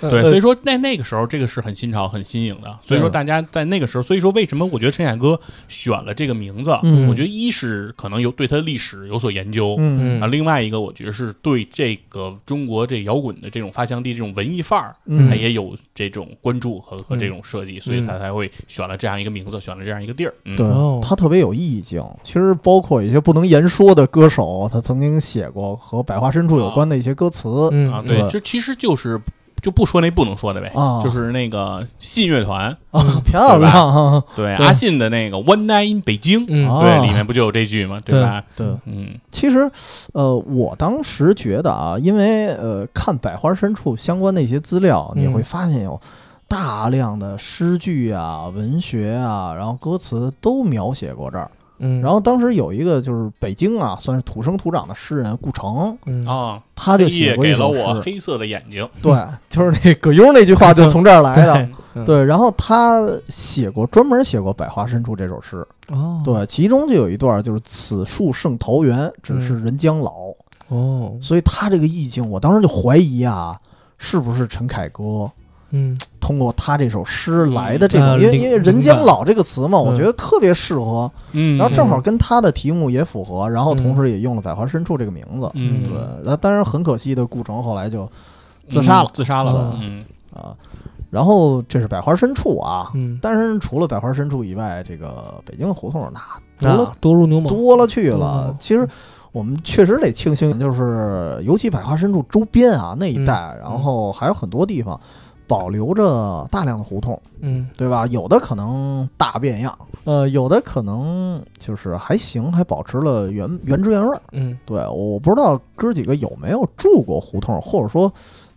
对，嗯所以说在那个时候，这个是很新潮、很新颖的。所以说大家在那个时候，所以说为什么我觉得陈凯歌选了这个名字？嗯我觉得一是可能有对他的历史有所研究。嗯啊，另外一个我觉得是对这个中国这摇滚的这种发祥地、这种文艺范儿，嗯他也有这种关注和和这种设计，所以他才会选了这样一个名字，选了这样一个地儿。嗯，对哦，他特别有意境。其实包括一些不能言说的歌手，他曾经写过和百花深处有关的一些歌词。嗯啊，对对，就其实就是就不说那不能说的呗，啊就是那个信乐团，啊，漂对吧亮啊！对对阿信的那个《One Night in 北京》，嗯啊对，里面不就有这句吗？吧？ [laughs] 对，嗯其实，呃，我当时觉得啊，因为呃，看百花深处相关的一些资料，嗯你会发现有大量的诗句啊、文学啊，然后歌词都描写过这儿。嗯，然后当时有一个就是北京啊，算是土生土长的诗人顾城，嗯啊，他就黑写夜过一给了首我诗，黑色的眼睛，对，就是那葛优那句话就从这儿来 [laughs] 的。对嗯对，然后他写过专门写过《百花深处》这首诗，哦，对，其中就有一段就是“此树盛桃源，只是人将老”。哦，所以他这个意境，我当时就怀疑啊，是不是陈凯歌嗯，通过他这首诗来嗯的这呃种，因为灵因为“人间老”这个词嘛，我觉得特别适合，嗯，然后正好跟他的题目也符合，然后同时也用了“百花深处”这个名字。嗯对嗯，那当然很可惜的，顾城后来就自杀了嗯自杀了嗯，嗯啊，然后这是“百花深处”啊，嗯，但是除了“百花深处”以外，这个北京的胡同那多啊那了多如牛毛，多了去了嗯。其实我们确实得庆幸，就是尤其百花深处周边啊那一带，然后还有很多地方保留着大量的胡同，嗯对吧？有的可能大变样，呃，有的可能就是还行，还保持了原原汁原味儿。嗯对，我不知道哥几个有没有住过胡同，或者说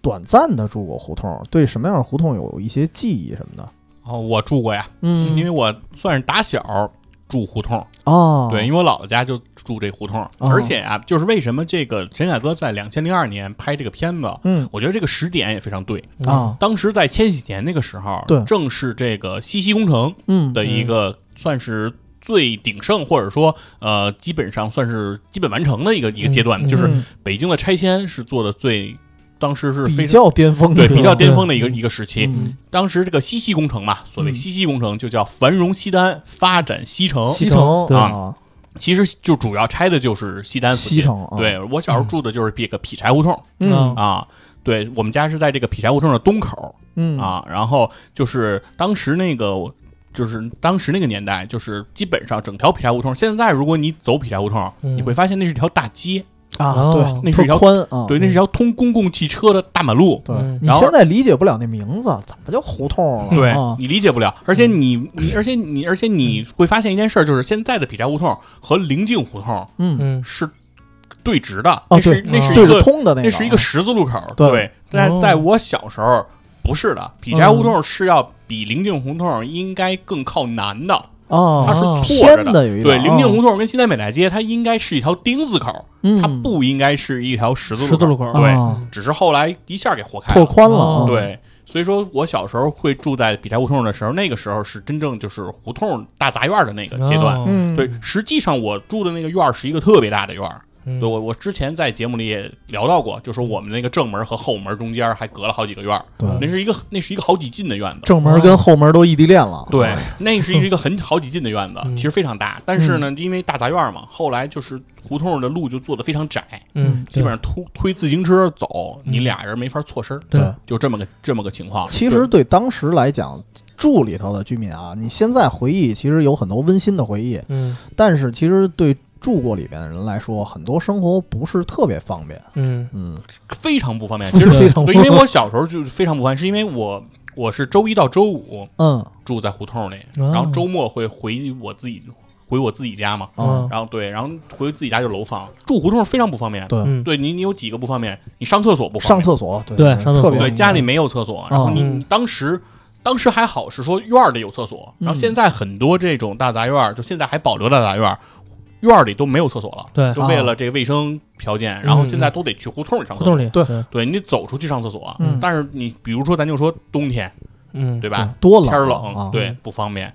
短暂的住过胡同，对什么样的胡同有一些记忆什么的。哦，我住过呀，嗯因为我算是打小住胡同，哦，对，因为我姥姥家就住这胡同，哦而且啊，就是为什么这个陈凯歌在两千零二年拍这个片子，嗯我觉得这个时点也非常对。啊，当时在千禧年那个时候，对正是这个西溪工程嗯的一个算是最鼎盛，或者说呃，基本上算是基本完成的一个一个阶段，嗯就是嗯北京的拆迁是做的最，当时是非常比较巅峰的对地比方，较巅峰的一个一个时期。嗯当时这个西溪工程嘛，所谓嗯西溪工程就叫繁荣西单发展西城，哦西城对啊，其实就主要拆的就是西单附西近。城啊，对我小时候住的就是这个劈柴胡同、嗯啊啊，对我们家是在这个劈柴胡同的东口，嗯，啊，然后就是当时那个，就是当时那个年代，就是基本上整条劈柴胡同。现在如果你走劈柴胡同，嗯你会发现那是一条大街，啊，哦对，那是一条特宽啊，对，那是一条通公共汽车的大马路。对嗯，你然后现在理解不了那名字，怎么叫胡同了？对啊，你理解不了，而且你嗯你，而且你，而且你会发现一件事儿，就是现在的劈柴胡同和临近胡同嗯，嗯是对直的，哦那是对那是嗯一对着个通的那啊那是一个十字路口，对对。但在哦我小时候不是的，劈柴嗯胡同是要比临近胡同应该更靠南的，它啊，是错着偏的。的有一对，点临近啊胡同跟西单美莱街，它应该是一条丁字口，嗯它不应该是一条十字十字路路口。口，对啊只是后来一下给活开拓了。宽了哦啊，对，所以说我小时候会住在比柴胡同的时候，那个时候是真正就是胡同大杂院的那个阶段。哦，嗯，对，实际上我住的那个院儿是一个特别大的院儿。嗯对我，我之前在节目里也聊到过，就是我们那个正门和后门中间还隔了好几个院儿，嗯那对是一个那是一个好几进的院子。正门跟后门都异地恋了， [laughs] 对，那是一个很好几进的院子，嗯其实非常大。但是呢，因为大杂院嘛，后来就是胡同的路就做得非常窄，嗯，基本上推推自行车走，嗯你俩人没法错身儿，对对就这么个这么个情况。其实对当时来讲，住里头的居民啊，你现在回忆其实有很多温馨的回忆，嗯但是其实对住过里边的人来说，很多生活不是特别方便，嗯嗯，非常不方便。非其 [laughs] 实常对，因为我小时候就非常不方便，是因为我我是周一到周五嗯住在胡同里，哦然后周末会回我自己回我自己家嘛，啊哦，然后对，然后回自己家就楼房，住胡同非常不方便。对嗯对你，你有几个不方便？你上厕所不方上便，厕所，对上厕特所别对，家里没有厕所，然后你你当时。当时还好是说院儿里有厕所，然后现在很多这种大杂院儿，就现在还保留大杂院儿，院儿里都没有厕所了，对就为了这个卫生条件，然后现在都得去胡同里上胡厕所同，里对对你得走出去上厕所啊嗯。但是你比如说咱就说冬天，嗯对吧？多冷天儿啊冷，对不方便，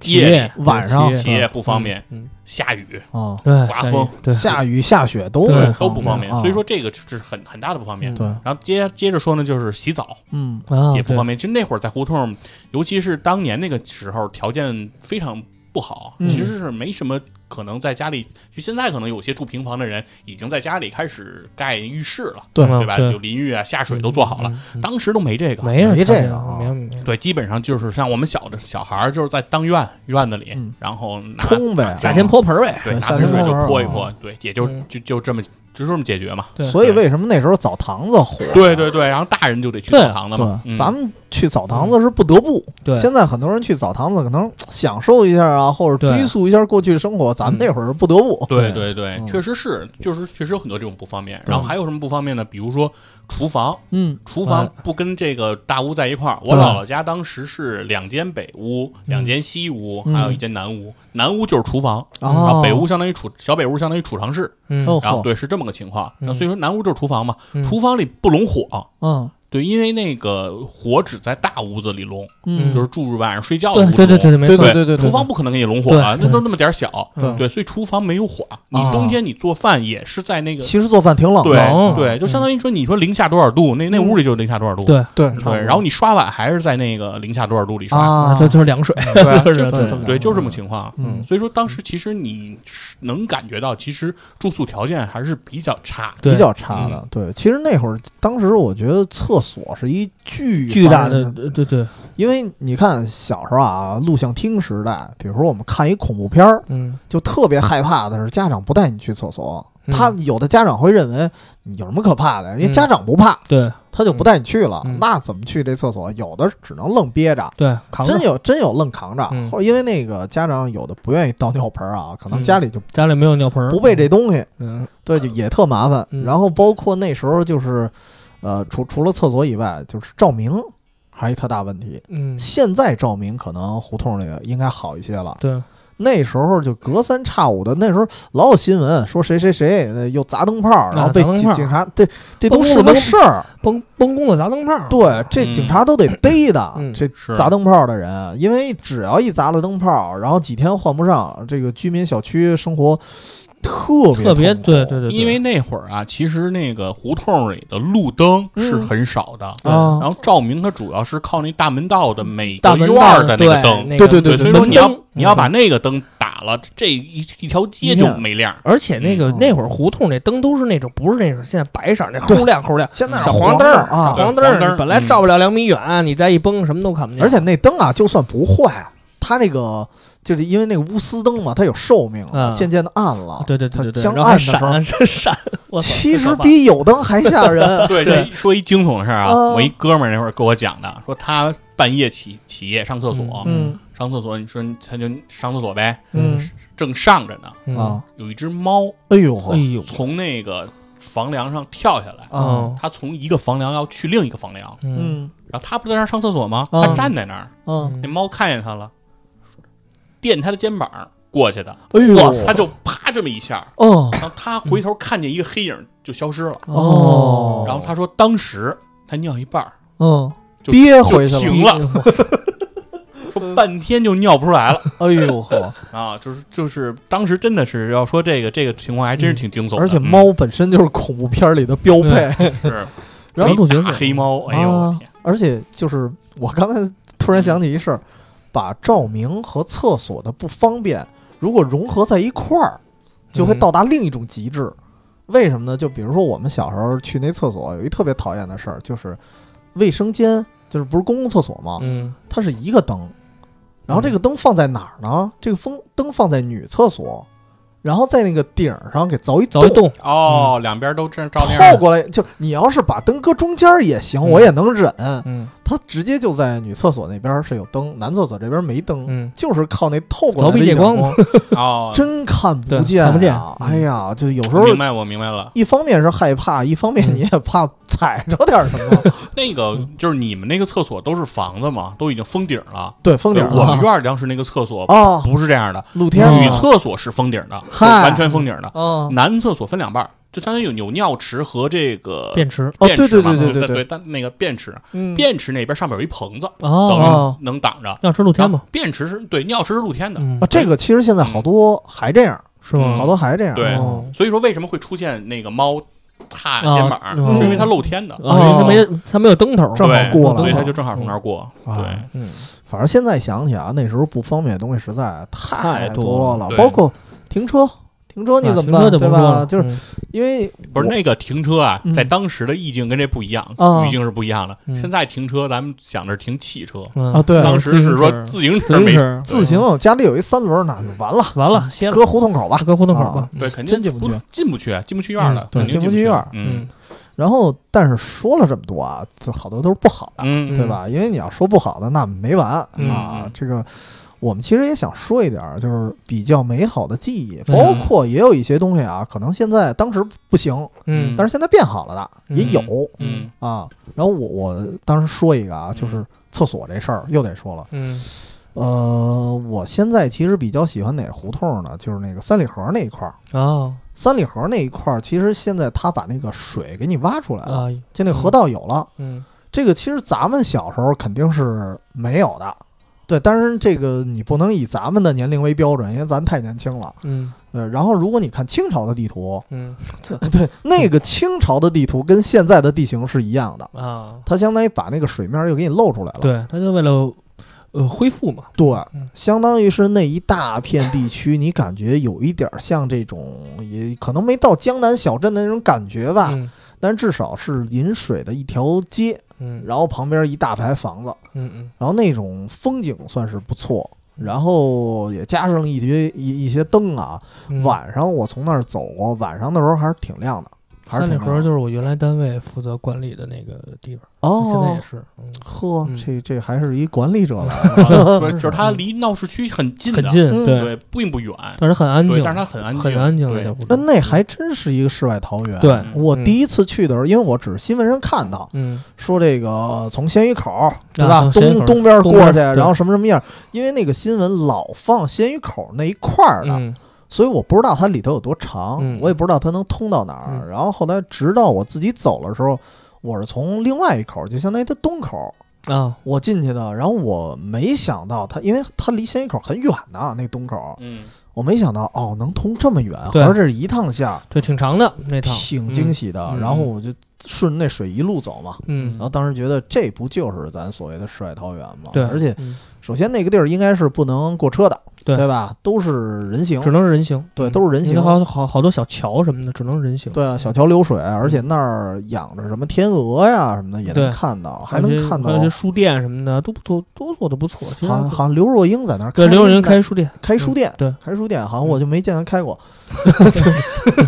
企业晚上起夜不方便，嗯，下雨啊，对，刮风对下雨下雪都对都不方便，啊所以说这个是很很大的不方嗯便。对，然后接接着说呢，就是洗澡，嗯啊也不方便，便。就那会儿在胡同，尤其是当年那个时候，条件非常不好，嗯其实是没什么可能在家里。就现在可能有些住平房的人已经在家里开始盖浴室了，对对吧？有嗯对，嗯淋浴啊，下水都做好了。，当时都没这个。没人没这看个啊没有没有，对，基本上就是像我们小的小孩儿，就是在当院院子里，嗯然后拿冲呗，夏夏天啊泼盆儿呗，对对拿夏盆天水就玩儿泼一啊泼，对，也就嗯就就这么就这么解决嘛。对所以为什么那时候澡堂子火？对对对，然后大人就得去对澡堂子嘛。对，嗯咱们去澡堂子是不得不。对，现在很多人去澡堂子可能享受一下啊，或者对追溯一下过去的生活，咱们那会儿是不得不。嗯对对对，嗯确实是，就是确实有很多这种不方便。对然后还有什么不方便呢？比如说厨房，嗯厨房哎不跟这个大屋在一块儿。我对姥姥家当时是两间北屋、两间西屋，嗯还有一间南屋。南屋就是厨房，然啊后，北屋相当于储小北屋相当于储藏室。嗯哦然后嚯对，是这么个情况。嗯那所以说南屋就是厨房嘛，嗯厨房里不拢火。嗯，对，因为那个火只在大屋子里笼，嗯，就是住晚上睡觉的对屋子对对笼对对，没错对，对厨房不可能给你拢火啊，对那都那么点儿小，嗯对，所以厨房没有火，你啊冬天你做饭也是在那个，其实做饭挺冷的，对冷对，就相当于说你说零下多少度，那那屋里就零下多少度，对对对，然后你刷碗还是在那个零下多少度里刷，啊，这就是凉水，对啊是就这么对，凉就这么情况。啊嗯所以说当时其实你是能感觉到，其实住宿条件还是比较差的。对嗯比较差的。对，其实那会儿，当时我觉得厕所是一巨巨大烦人的，对对对，因为你看小时候啊，录像厅时代，比如说我们看一恐怖片儿，嗯，就特别害怕的是家长不带你去厕所。嗯他有的家长会认为你有什么可怕的，因为嗯家长不怕，对他就不带你去了。嗯那怎么去这厕所？有的只能愣憋着，对，扛着真有真有愣扛着。嗯后因为那个家长有的不愿意倒尿盆儿啊，可能家里就家里没有尿盆儿，不备这东西，嗯，对，就也特麻烦。嗯然后包括那时候就是，呃，除除了厕所以外，就是照明还一特大问题。嗯嗯，现在照明可能胡同里应该好一些了，对，那时候就隔三差五的，那时候老有新闻说谁谁谁呃又砸灯泡，然后被啊砸灯警泡警察，这这都崩是了嗯个都事儿。崩崩弓子砸灯泡儿，啊对，这警察 [clears throat] 都得逮的、嗯这是砸灯泡的人，因为只要一砸了灯泡，然后几天换不上，这个居民小区生活特别特别痛苦对对对，对因为那会儿啊，其实那个胡同里的路灯是很少的，啊，然后照明它主要是靠那大门道的每大个门院道儿的那对个灯。那对个对对所以说门你要灯你要把嗯那个灯打了，这一一条街就没亮。而且那个嗯那会儿胡同那灯都是那种不是那种现在白色儿那对齁亮齁亮现在是小黄灯灯儿儿啊小黄灯黄灯儿儿，本来嗯。照不了两米远，你再一崩什么都看不见。而且那灯啊，就算不坏，它这个就是因为那个钨丝灯嘛，它有寿命，啊嗯渐渐的暗了。对对对对对，将然后还暗的时候闪啊闪闪，我操其太实可怕了比有灯还吓人 [laughs] 对，对这说一惊悚的事儿啊，哦我一哥们儿那会儿跟我讲的，说他半夜起起夜上厕所，嗯上厕所，你说他就上厕所呗，嗯正上着呢，嗯啊，，有一只猫哎呦哎呦从那个房梁上跳下哦来，啊，它从一个房梁要去另一个房梁，嗯嗯然后他不在那儿上厕所吗？嗯他站在那儿，嗯，那猫看见他了，垫他的肩膀过去的，哎呦哇，他就啪这么一下，哦然后他回头看见一个黑影就消失了，哦然后他说当时他尿一半儿，嗯，就憋回去就了。停了，嗯说半天就尿不出 [laughs] 来了。哎 [laughs] 呦呵，啊，就是就是，当时真的是要说这个这个情况，还真是挺惊悚的。而且嗯猫本身就是恐怖片里的标配，是然后嗯主角大色黑猫，哎呦啊我天，而且就是我刚才突然想起一事儿，把照明和厕所的不方便如果融合在一块儿，就会到达另一种极致。为什么呢？就比如说我们小时候去那厕所，有一特别讨厌的事儿，就是卫生间就是不是公共厕所吗？嗯它是一个灯，然后这个灯放在哪儿呢？这个风灯放在女厕所，然后在那个顶儿上给凿一凿一洞，嗯哦，两边都这照那透样，过来，就你要是把灯搁中间儿也行，嗯我也能忍。嗯它直接就在女厕所那边儿是有灯，男厕所这边儿没灯，嗯，就是靠那透过来凿壁的一借点光嗯光，哦，真看不对见、啊，看不见嗯哎呀，就有时我候明白我明白了。一方面是害怕，一方面嗯你也怕踩着点儿什 [laughs] 么。那个嗯就是你们那个厕所都是房子嘛，都已经封顶了。对，封顶对我啊们院儿当时那个厕所啊，不是这样的，露天女啊厕所是封顶的，嗨完全封顶的。啊，男厕所分两半儿，就相当于有有尿池和这个便池，哦，便对池对嘛，对对对对对，但那个便池，嗯便池那边上面有一棚子，等哦，哦于能挡着。要吃露天嘛，便池是对尿池是露天的，嗯啊，这个其实现在好多还这样，是吗？嗯好多还这样，对哦哦所以说为什么会出现那个猫踏肩膀，啊嗯是因为它露天的，啊，因为它没它没有灯头儿，哦正好对过了所以啊它哦就正好从那儿过。啊对，嗯反正现在想起啊，那时候不方便的东西实在太多多了，对包括停车，停车你那怎么啊停办？车就对不说吧？了就是嗯因为不是我那个停车啊，嗯在当时的意境跟这不一样，啊语境是不一样的。嗯现在停车咱们想着停汽车，嗯啊对当时是说自行自车行没车自行家里有一三轮儿，那就完了，嗯完了，歇了，搁胡同口吧。啊搁胡同口吧，对，肯定真进不去不进不去，进不去院儿了嗯，对肯定进不去去院儿嗯然后，但是说了这么多啊，这好多都是不好的，嗯对吧？因为你要说不好的，那没完嗯啊嗯。这个我们其实也想说一点儿，就是比较美好的记忆，嗯包括也有一些东西啊，可能现在当时不行，嗯，但是现在变好了的嗯也有嗯啊。然后我我当时说一个啊，就是厕所这事儿又得说了。嗯呃，我现在其实比较喜欢哪胡同呢？就是那个三里河那一块儿。啊三里河那一块儿，其实现在他把那个水给你挖出来了，啊就那河道有了。嗯这个其实咱们小时候肯定是没有的，对。当然，这个你不能以咱们的年龄为标准，因为咱太年轻了。嗯呃，然后如果你看清朝的地图， [laughs] 嗯对那个清朝的地图跟现在的地形是一样的，啊，它相当于把那个水面又给你露出来了。对，他就为了呃恢复嘛，对嗯，相当于是那一大片地区，你感觉有一点儿像这种，也可能没到江南小镇的那种感觉吧，嗯但至少是临水的一条街，嗯然后旁边一大排房子，嗯嗯然后那种风景算是不错，然后也加上一些一一些灯啊，嗯，晚上我从那儿走过，晚上的时候还是挺亮的，还是三里挺河亮就的。是我原来单位负责管理的那个地方，现在哦也，是，嗯，呵嗯，这这还是一管理者来了，啊 [laughs] 不是就是它离闹市区很近的，很近，嗯对，对，并不远，但是很安对，静，但是它很安静，很安静的对那，部 [laughs] 那分，那还真是一个世外桃源。对，我嗯第一次去的时候，因为我只是新闻上看到嗯，说这个从鲜鱼口对啊吧，从鲜鱼东口东边东过边去，对然后什么什么样，因为那个新闻老放鲜鱼口那一块儿的，嗯所以我不知道它里头有多长，嗯我也不知道它能通到哪儿。嗯然后后来直到我自己走的时候，我是从另外一口，就相当于它东口。啊，我进去的，然后我没想到它，因为它离鲜鱼口很远呢、那东口， [laughs] 嗯，我没想到哦能通这么远，合对着这是一趟线儿，对，挺长的那趟，挺惊喜的。嗯然后我就顺那水一路走嘛，嗯，然嗯，后当时觉得这不就是咱所谓的世外桃源吗？对，而且嗯首先那个地儿应该是不能过车的，对吧？都是人行，只能是人行，对，嗯都是人因行为。好好好多小桥什么的，只能是人行，对啊，小桥流水，而且那儿养着什么天鹅呀什么的也嗯对能看到，还还有一能些看还有到一些，书店什么的都不做，都做的不错。其实好像好像刘若英在那儿对刘若英开开书店，开书店，对，嗯开书店，好像我就没见她开 [laughs] 过，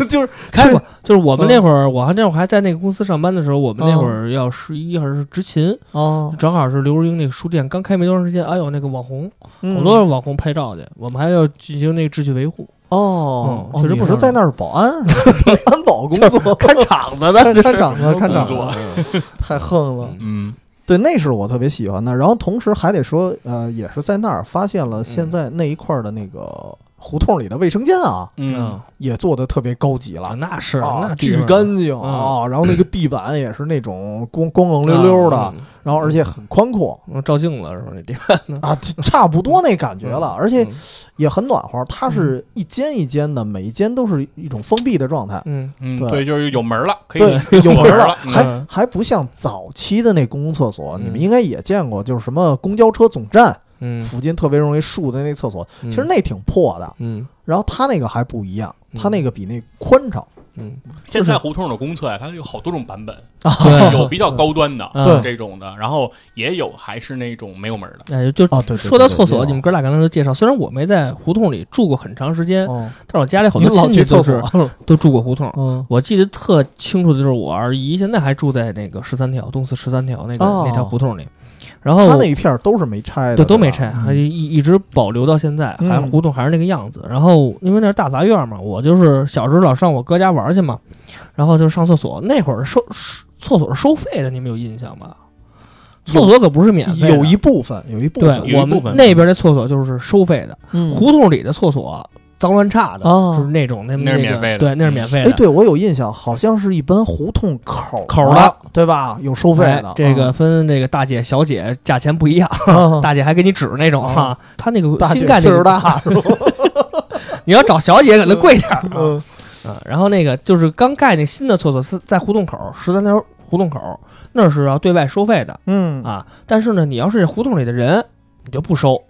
就是开 [laughs] 过，就是我嗯们那会儿，我还那会儿还在那个公司上班的时候，我们那会儿要十一还是执勤，哦，正好是刘若英那个书店刚开没多长时间，哎呦那个网红，好好多网红拍照去，我们还要进行那个秩序维护，哦，嗯哦确实你不是少在那儿保安，安 [laughs] 保工作，看场子的，看场子，看场工子， [laughs] 太横了。嗯，对，那是我特别喜欢的。然后同时还得说，呃，也是在那儿发现了嗯现在那一块儿的那个胡同里的卫生间啊，嗯，也做的特别高级啊了。那是嗯啊那巨干净啊！然后那个地板也是那种光光光溜溜嗯的，，然后而且很宽阔我啊嗯照镜子是吧？那地方啊，差不多那感觉了，而且嗯也很暖和。它是一间一间的，每一间都是一种封闭的状态，嗯，嗯，对对，就是有门儿了，可以对可以，有锁门儿了了，，嗯还还不像早期的那公共厕所，你们嗯应该也见过，就是什么公交车总站。嗯，附近特别容易树的那厕所，其其实那挺破的。 [laughs] 嗯然后它那个还不一样，嗯它那个比那宽敞。嗯现在胡同的公厕呀，它有好多种版本，对有比较高端的嗯对这种的，然后也有还是那种没有门儿的， [laughs] 哎，就哦对对说到对对厕对所，对你们哥俩刚才都介绍，虽然我没在胡同里住过很长时间，哦，但是我家里好你多老亲去戚厕都是所。啊都住过胡同。 [laughs] 嗯，我记得特清楚的就是我二姨现在还住在那个十三条东四十三条那个、哦那条胡同里，然后它那一片儿都是没拆的，对对都没吧拆，嗯还一一直保留到现在，嗯还胡同还是那个样子。然后因为那是大杂院嘛，我就是小时候老上我哥家玩去嘛，然后就上厕所。那会儿收收厕所是收费的，你们有印象吧？厕所可不是免费的，有一部分，有一部分，对有一我部们分那边的厕所就是收费的，嗯胡同里的厕所脏乱差的，哦就是那种那那是个免费的对，那是嗯免费哎的。，对我有印象，好像是一般胡同口口儿的的，对吧？有收费的嗯哎，这个分这个大姐、小姐，价钱不一样。 [laughs] 啊大姐还给你指那种哈，她那个嗯大姐新干那岁数个，大是吧？ [laughs] 你要找小姐可能贵点儿。嗯嗯，然后那个就是刚盖那新的厕所是在胡同口十三条胡同口那是要对外收费的嗯啊，但是呢，你要是胡同里的人，你就不收，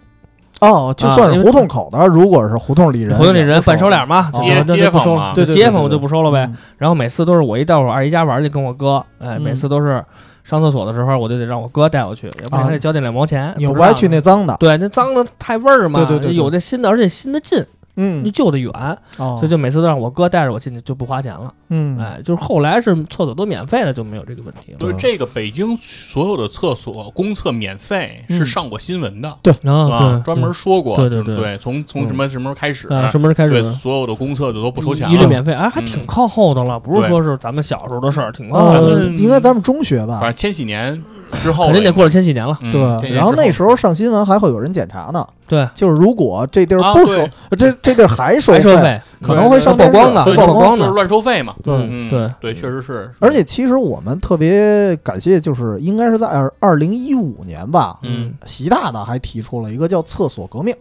哦，就算啊因是为胡同口的，如果是胡同里人，胡同里人半收脸嘛，啊哦那街就不街收坊嘛了，对对对街坊对我就不收嗯了呗。然后每次都是我一到我二姨家玩去，跟我哥，嗯哎，啊每次都是上厕所的时候，我就得让我哥带我去，要不然还得交那两毛钱。你又不知道爱去呢那脏的，对，那脏的太味儿嘛。对对对对有的新的，而且新的近，嗯离，旧的远，哦所以就每次都让我哥带着我进去，就不花钱了。嗯，哎，就是后来是厕所都免费了，就没有这个问题了。就是这个北京所有的厕所公厕免费嗯是上过新闻的，啊，啊对，，专门说过，对对对对从从什么什么时候开始，啊，什么时候开始对，所有的公厕的都不收钱一律了，免费？哎，还挺嗯靠后的了，不是说是咱们小时候的事儿，挺靠后咱的。呃，们应该咱们中学吧反？正千禧年之后肯定得过了千禧年了。嗯对，天津然后之那时候上新闻还会有人检查呢，对，就是如果这地儿啊不收， [laughs] 对这这地儿还收还收费，可能会上曝电视光的，会对曝曝光光就是的。乱收费嘛。对嗯，对对，确实是。而且其实我们特别感谢，就是应该是在二二零一五年吧，嗯，习大大还提出了一个叫“厕所革命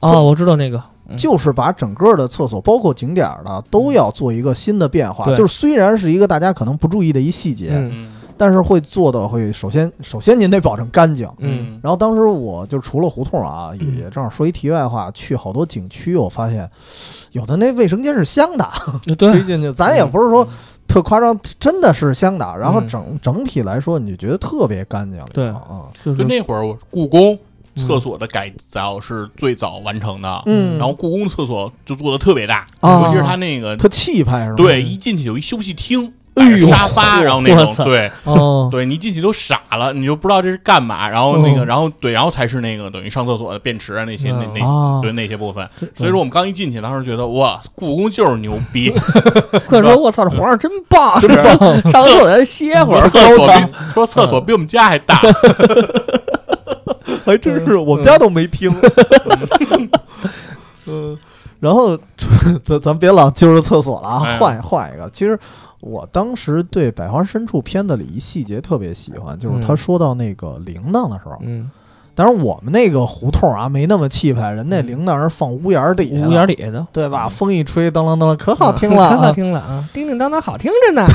哦，我知道那个，”，嗯就是把整个的厕所，包括景点儿的，都要做一个新的变化。对就是虽然是一个大家可能不注意的一细节，嗯嗯但是会做的会首先首先您得保证干净。嗯，然后当时我就除了胡同啊，嗯也正好说一题外话，去好多景区，我发现有的那卫生间是香的，推对，进去，咱也不是说特夸张，真的是香的。然后嗯整整体来说，你就觉得特别干净了。对啊，就是就那会儿，我故宫嗯厕所的改造是最早完成的，嗯，然后故宫厕所就做的特别大，哦啊尤其是它那个特气派是吧？对，一进去有一休息厅，哎呦摆着沙发，然后那我种操对哦，对，你进去都傻了，你就不知道这是干嘛。然后那个，嗯然后对，然后才是那个等于上厕所的便池啊那些那嗯那啊，对那些部分。所以说我们刚一进去，当时觉得哇，故宫就是牛 [laughs] 逼，快说，我操，这皇上真棒，真棒！ [laughs] 上个厕所咱歇会儿，厕所 [laughs] 比说厕嗯所比我们家还大，还真是，我们家都没听。嗯，然后咱咱别老揪着厕所了啊，哎换换一个。其实我当时对《百花深处》片子里一细节特别喜欢，就是他嗯说到那个铃铛的时候，嗯，当然我们那个胡同啊没那么气派，人那嗯铃铛是放屋檐儿底下的，五眼里的。对吧？风一吹，当啷当啷，可好听了嗯 [laughs] 可好啊！听了啊！叮叮当当，好听 [laughs] 着呢。学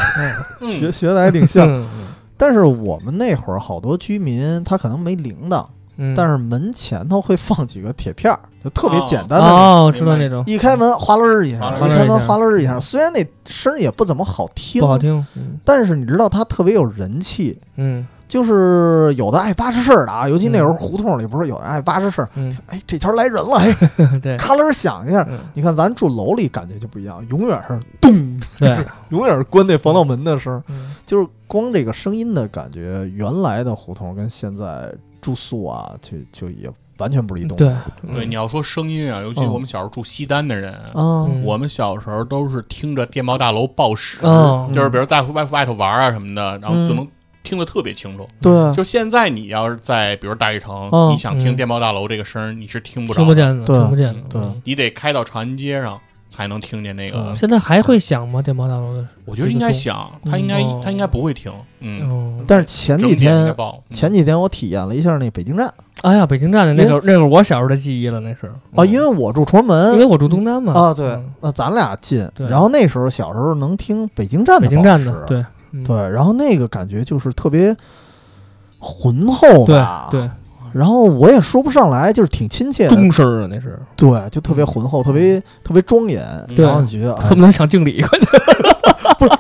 嗯，学的还挺像。嗯但是我们那会儿好多居民他可能没铃铛，嗯，但是门前头会放几个铁片儿，就特别哦简单的那种。哦，知道那 [laughs] 种一开门哗啦儿一下，哗啦儿一下一开门哗啦儿一下。虽然那声儿也不怎么好听不，好听。嗯但是你知道它特别有人气。嗯就是有的爱巴吱事儿的啊，尤其那时候胡同里不是有人爱巴吱事儿，嗯，哎，这天来人了， [laughs] 哎，对咔啦儿响一下。嗯你看咱住楼里感觉就不一样，永远是咚，对， [laughs] 永远是关那防盗门的声儿。嗯就是光这个声音的感觉，原来的胡同跟现在住宿啊，就就也完全不是一东西。对对，你要说声音啊，尤其嗯我们小时候住西单的人，啊，嗯我们小时候都是听着电报大楼报时，哦就是比如在外外头玩啊什么的，然后就嗯能听得特别清楚。对，啊就现在你要是在比如大悦城，嗯你想听嗯电报大楼这个声儿，你是听不着听不的，见的，对听不见的。对嗯你得开到长安街上才能听见那个嗯。现在还会响吗？电报大楼的？我觉得应该响，他应该嗯他应该不会听，嗯。嗯，但是前几整点应该天报，嗯前几天我体验了一下那北京站哎呀，北京站的那时候，那是我小时候的记忆了，那是啊，因为我住崇嗯因为文我住东单嘛。啊，对嗯，那咱俩近，对然后那时候小时候能听北京站的北京报站时的，对嗯对，然后那个感觉就是特别浑厚对吧，。对，然后我也说不上来，就是挺亲切的，中声儿啊，那是对，就特别浑嗯厚，特别特别庄严。对然后你觉 [laughs] 得，哎恨不能想敬礼，快点，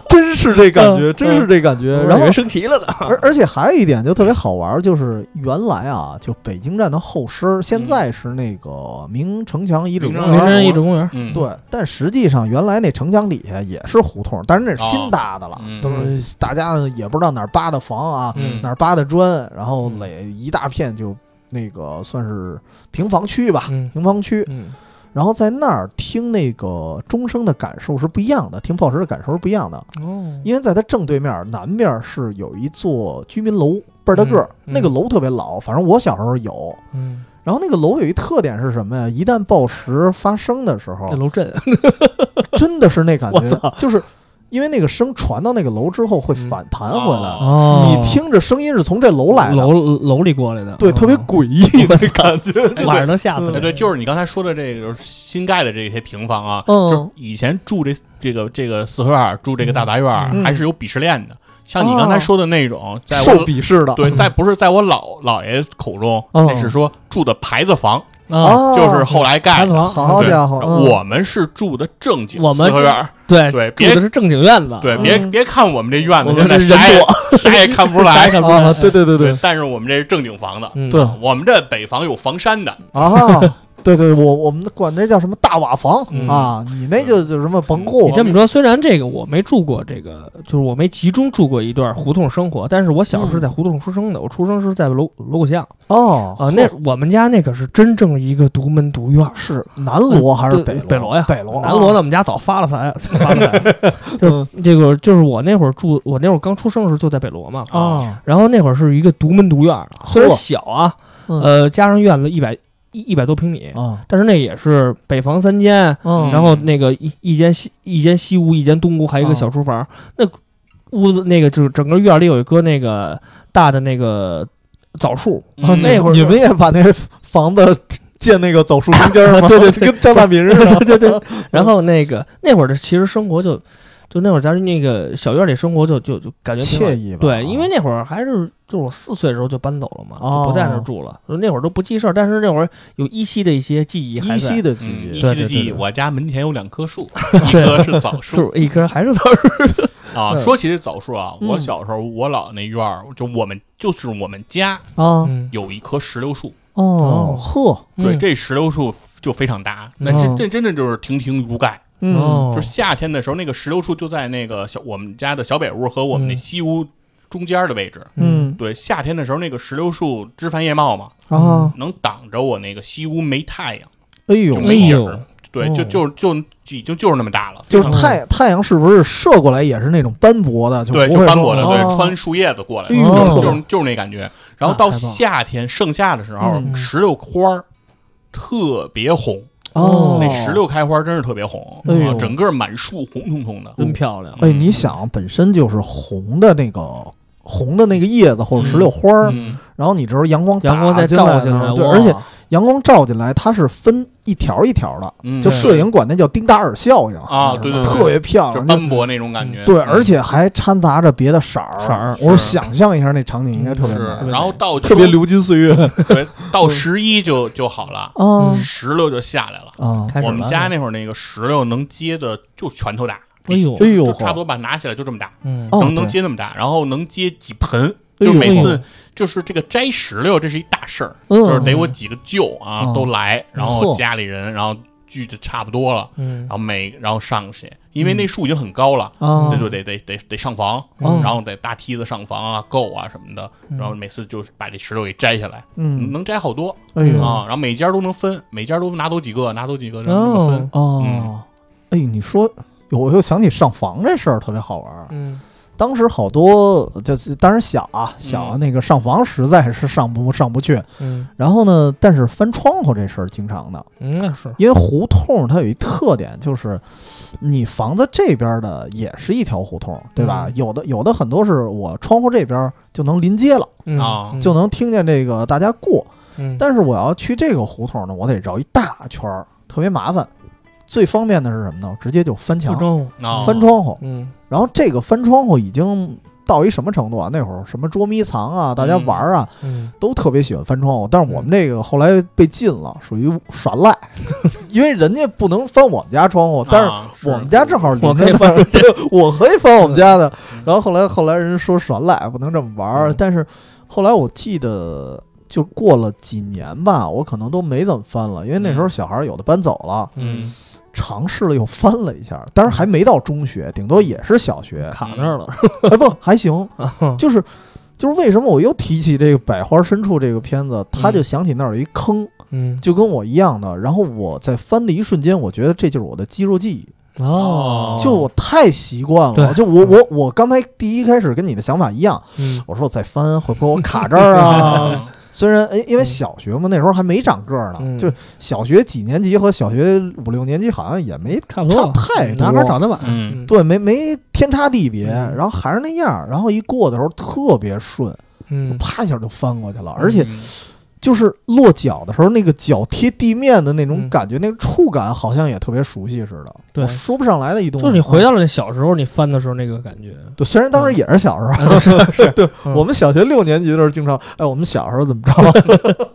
真是这感觉，嗯真是这感 [laughs] 觉。然以后为，升旗了呢。而而且还有一点就特别好玩儿，就是原来啊，就北京站的后身儿，嗯现在是那个明城墙遗址公明园城名儿。人遗址公园，嗯，对，但实际上原来那城墙底下也是胡同，但是那是新搭的了哦，嗯都是大家也不知道哪儿扒的房啊，嗯哪儿扒的砖，然后垒一大片就那个算是平房区吧，嗯平房区。嗯然后在那儿听那个钟声的感受是不一样的，听报时的感受是不一样嗯的，哦，因为在它正对面南边是有一座居民楼，倍儿大个儿，嗯嗯那个楼特别老，反正我小时候有。嗯，然后那个楼有一特点是什么呀？一旦报时发生的时那候，楼震，真的是那感我觉，就是因为那个声传到那个楼之后会反弹回来，哦哦你听着声音是从这楼来的，楼楼里过来的，对，嗯特别诡异的感觉。哎 [laughs] 晚上能吓死哎，人。对，就是你刚才说的这个就是新盖的这些平房啊，嗯就是以前住这这个这个四合院儿，住这个大杂院儿，嗯哦还是有鄙视链的。像你刚才说的那种，在受我鄙视的，对，在不是在我老姥爷口中，嗯那是说住的牌子房，啊，哦就是后来盖牌子的。房，好对家伙，嗯我们是住的正经我们四合院儿，对对住别的是正经院子，啊对，嗯别别看我们这院子我现们在这人啥也 [laughs] 多，啥也看不出啥来也，看不出啊，来。对对对对，哦但是我们这是正经房子，嗯对我们这北房有房山的，啊，对对，我我们管这叫什么大瓦房、嗯啊？你那就就什么棚你户这么说，虽然这个我没住过，这个就是我没集中住过一段胡同生活，但是我小时候是在胡同出生的，我出生是在锣锣鼓巷哦啊、那我们家那可是真正一个独门独院儿。是南锣还是对北北锣呀北锣，啊南锣的，我们家早发了财， [laughs] 发了财。 [laughs] 嗯这个就是我那会儿住，我那会儿刚出生的时候就在北锣嘛，啊，然后那会儿是一个独门独院儿，虽然小啊，嗯呃，加上院子一百一一百多平米，啊，但是那也是北房三间，嗯，哦然后那个一一间西一间西屋，一间东屋，还有一个小厨房。那屋子那个就是整个院儿里有一棵那个大的那个枣树，啊嗯那会儿你们也把那房子建那个走树中间儿吗？ [laughs] 对对跟张大民似的。 [laughs] 对对对。嗯然后那个那会儿的其实生活就就那会儿咱那个小院里生活就就就感觉挺好惬意吧啊对，因为那会儿还是就是我四岁的时候就搬走了嘛，哦就不在那儿住了。所以那会儿都不记事儿，但是那会儿有依稀的一些记忆还依在。稀的记嗯，依稀忆对的对记忆，对我家门前有两棵 [laughs] 树，一对棵是枣树树一 [laughs] 棵还是枣树，啊。嗯说起这枣树啊，我嗯小时候我姥那院儿，就我们就是我们家啊，嗯有一棵石榴树，哦呵，对，嗯这石榴树就非常大，那哦这这真的就是亭亭如盖。嗯哦就是夏天的时候，那个石榴树就在那个小我们家的小北屋和我们那嗯西屋中间的位置。嗯对，夏天的时候，那个石榴树枝繁叶茂嘛，啊，能挡着我那个西屋没太阳，哎呦就嗯哎没影呦儿。对，哦就就就已经就是那么大了，嗯就非是常嗯太太阳是不是射过来也是那种斑驳的，就对，不就会斑驳说的，哦对，穿树叶子过来，哎就呦是特就棒是就是那感觉。然后那到太棒了夏天盛夏的时候，嗯石榴花儿特别红，哦，那石。嗯榴开花真是特别红，哎呦啊整个满树红彤彤的。嗯真漂亮。哎，你想，本身就是红的那个红的那个叶子或者石榴花儿，嗯，然后你这时候阳光阳光打再进照进进来，对，哇而且阳光照进来，它是分一条一条的，嗯就对摄影管那叫丁达尔效应啊对对对特别漂就是亮，斑驳那种感觉。就对，嗯而且还掺杂着别的色儿。色儿我是想象一下那场景，应该特别是美，美然后到特别秋流金岁月啊对，到十一就就好了，啊石榴就下来了。啊！开始我们了家那会儿那个石榴能接的就拳头大，哎呦就哎呦就差不多吧，拿起来就这么大，嗯哦能能对接那么大，然后能接几盆。哎就呦每次就是这个摘石榴，这是一大事儿，嗯就是得我几个舅啊嗯都来，然后嚯家里人，然后聚的差不多了，嗯然后每然后上去，因嗯为那树已经很高了，啊这就得得得得上房，嗯然后得大梯子上房啊、够啊什么的，嗯然后每次就是把这石榴给摘下来，嗯，能摘好多哎呦啊，然后每家都能分，每家都拿走几个，拿走几个，然后这么分。嗯哦，哎，你说，我又想起上房这事儿特别好玩儿。嗯当时好多就是，当然小啊小啊嗯那个上房实在是上不上不去。嗯然后呢，但是翻窗户这事儿经常的，嗯，那是因为胡同它有一特点，就是你房子这边的也是一条胡同，对吧？嗯有的有的很多是我窗户这边就能临街了，嗯啊哦就能听见这个大家过。嗯但是我要去这个胡同呢，我得绕一大圈儿，特别麻烦。最方便的是什么呢？直接就翻墙不、中啊，翻窗户。嗯然后这个翻窗户已经到一什么程度啊？那会儿什么捉迷藏啊，大家玩儿啊，嗯都特别喜欢翻窗户。但是我们这个后来被禁了，属于耍 [laughs] 赖，因为人家不能翻我们家窗户啊，，但是我们家正好我临可以着嗯那翻儿，对 [laughs] 我可以翻我们家的嗯。然后后来后来人说耍赖不能这么玩儿，嗯但是后来我记得。就过了几年吧，我可能都没怎么翻了，因为那时嗯候小孩儿有的搬走了，嗯，尝试了又翻了一下，但是还没到中学，顶多也是小学。卡那儿了， [laughs] 哎，不，还 [laughs] 行，啊就是就是为什么我又提起这个《百花深处》这个片子，他就想起那儿有一坑，嗯就跟我一样的。然后我在翻的一瞬间，我觉得这就是我的肌肉记忆，哦，就我太习惯了。对就我我我刚才第一开始跟你的想法一样，嗯我说我再翻会不会我卡这儿嗯啊？ [laughs] 虽然哎，因为小学嘛，那时候还没长个儿呢，嗯就小学几年级和小学五六年级好像也没差不多差太多男孩长得晚，嗯对，没没天差地别，嗯然后还是那样儿，然后一过的时候特别顺，就嗯啪一下就翻过去了，而且嗯就是落脚的时候，那个脚贴地面的那种嗯感觉，那个触感好像也特别熟悉似的，对我说不上来的一东西。就是你回嗯到了你小时候你翻的时候那个 [laughs] 感觉，对，虽然当时也啊是小时 [laughs] 候，对啊嗯我们小学六年级的时候经常，哎，我们小时候怎么着？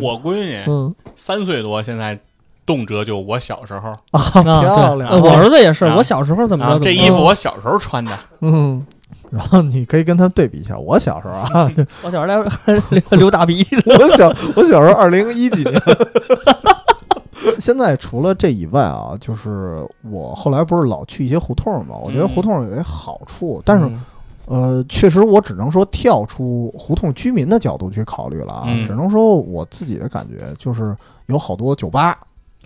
我闺女 [laughs] 嗯三岁多，现在动辄就我小时候啊，漂亮，呃我儿子也是，啊我小时候怎么啊着，这衣服我小时候穿的，嗯。然后你可以跟他对比一下，我小时候 [laughs] 啊，我小时候还还流大鼻涕，我小我小时候二零一几年， [laughs] 现在除了这以外啊，就是我后来不是老去一些胡同嘛，我觉得嗯胡同有一好处， [laughs] 但是嗯呃，确实，我只能说跳出胡同居民的角度去考虑了啊，嗯只能说我自己的感觉就是有好多酒吧，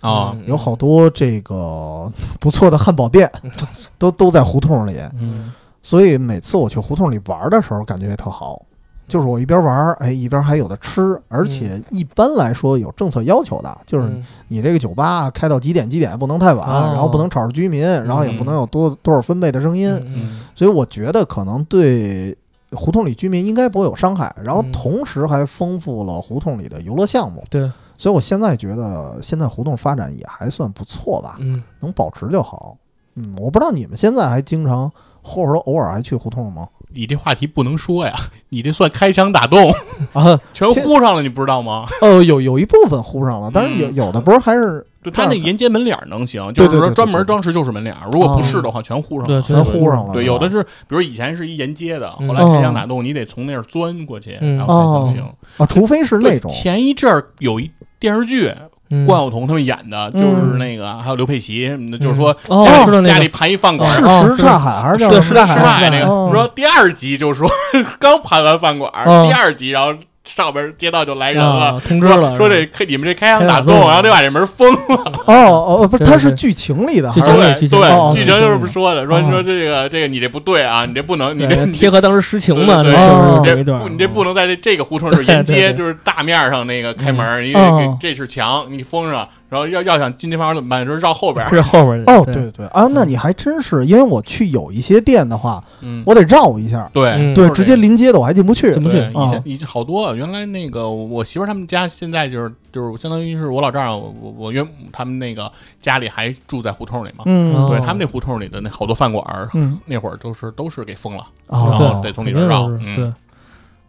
啊，嗯有好多这个不错的汉堡店， [laughs] 都都在胡同里。嗯所以每次我去胡同里玩的时候，感觉也特好，就是我一边玩，哎，一边还有的吃，而且一般来说有政策要求的，就是嗯你这个酒吧开到几点几点不能太晚，哦然后不能吵着居民，然后也不能有多多少分贝的声音。嗯所以我觉得可能对胡同里居民应该不会有伤害，然后嗯同时还丰富了胡同里的游乐项目。对，所以我现在觉得现在胡同发展也还算不错吧，嗯，能保持就好。嗯，我不知道你们现在还经常或者说偶尔还去胡同吗？你这话题不能说呀， [laughs] 你这算开枪打洞，啊，全呼上了，你不知道吗？呃，有有一部分呼上了，但是有嗯有的不是还是就他那沿街门脸儿能行，就对是对对说对专对门对装饰就是门脸儿，如果不是的话，全呼上了。对全呼上了。对，有的是，比如以前是一沿街的，嗯后来开枪打洞，你得从那儿钻过去，嗯然后才能行。啊，除非是那对，种前一阵儿有一电视剧，嗯关晓彤他们演的，就是那个，还有刘佩琦什么的，就是说哦家我知道那个家里盘一饭馆是儿，哦什是刹海还是叫对什什么刹吃海饭那个哦，说第二集就说 [laughs] 刚盘完饭馆儿，哦第二集然后上边街道就来人了啊，。通知说了，说这开你们这开枪打开枪打洞，洞然后得把这门封了。哦哦，不是，对对它是对剧情里的还剧是情里对剧情哦对，哦剧剧情情就是里不说的，说哦说这个这个你这不对啊，你这不能，你这对你这贴合当时实情嘛，对这对对是这这哦一段不，你这不能在这这个胡同 [laughs] 是沿对街，对嗯就是大面上那个开门，你哦得给这是墙，你封上，然后要要想进这方向怎么办？就是绕后边儿。是嗯后边哦，对，嗯对对啊，那你还真是，因为我去有一些店的话，嗯，我得绕一下，对嗯对，就是直这接临街的我还进不去。进不去对，以前哦以前好多啊，原来那个我媳妇儿他们家现在就是就是相当于是我老丈人，我我我岳母他们那个家里还住在胡同里嘛，嗯哦对他们那胡同里的那好多饭馆儿，嗯那会儿都是都是给封了，然哦后对得从里边绕，肯嗯，定是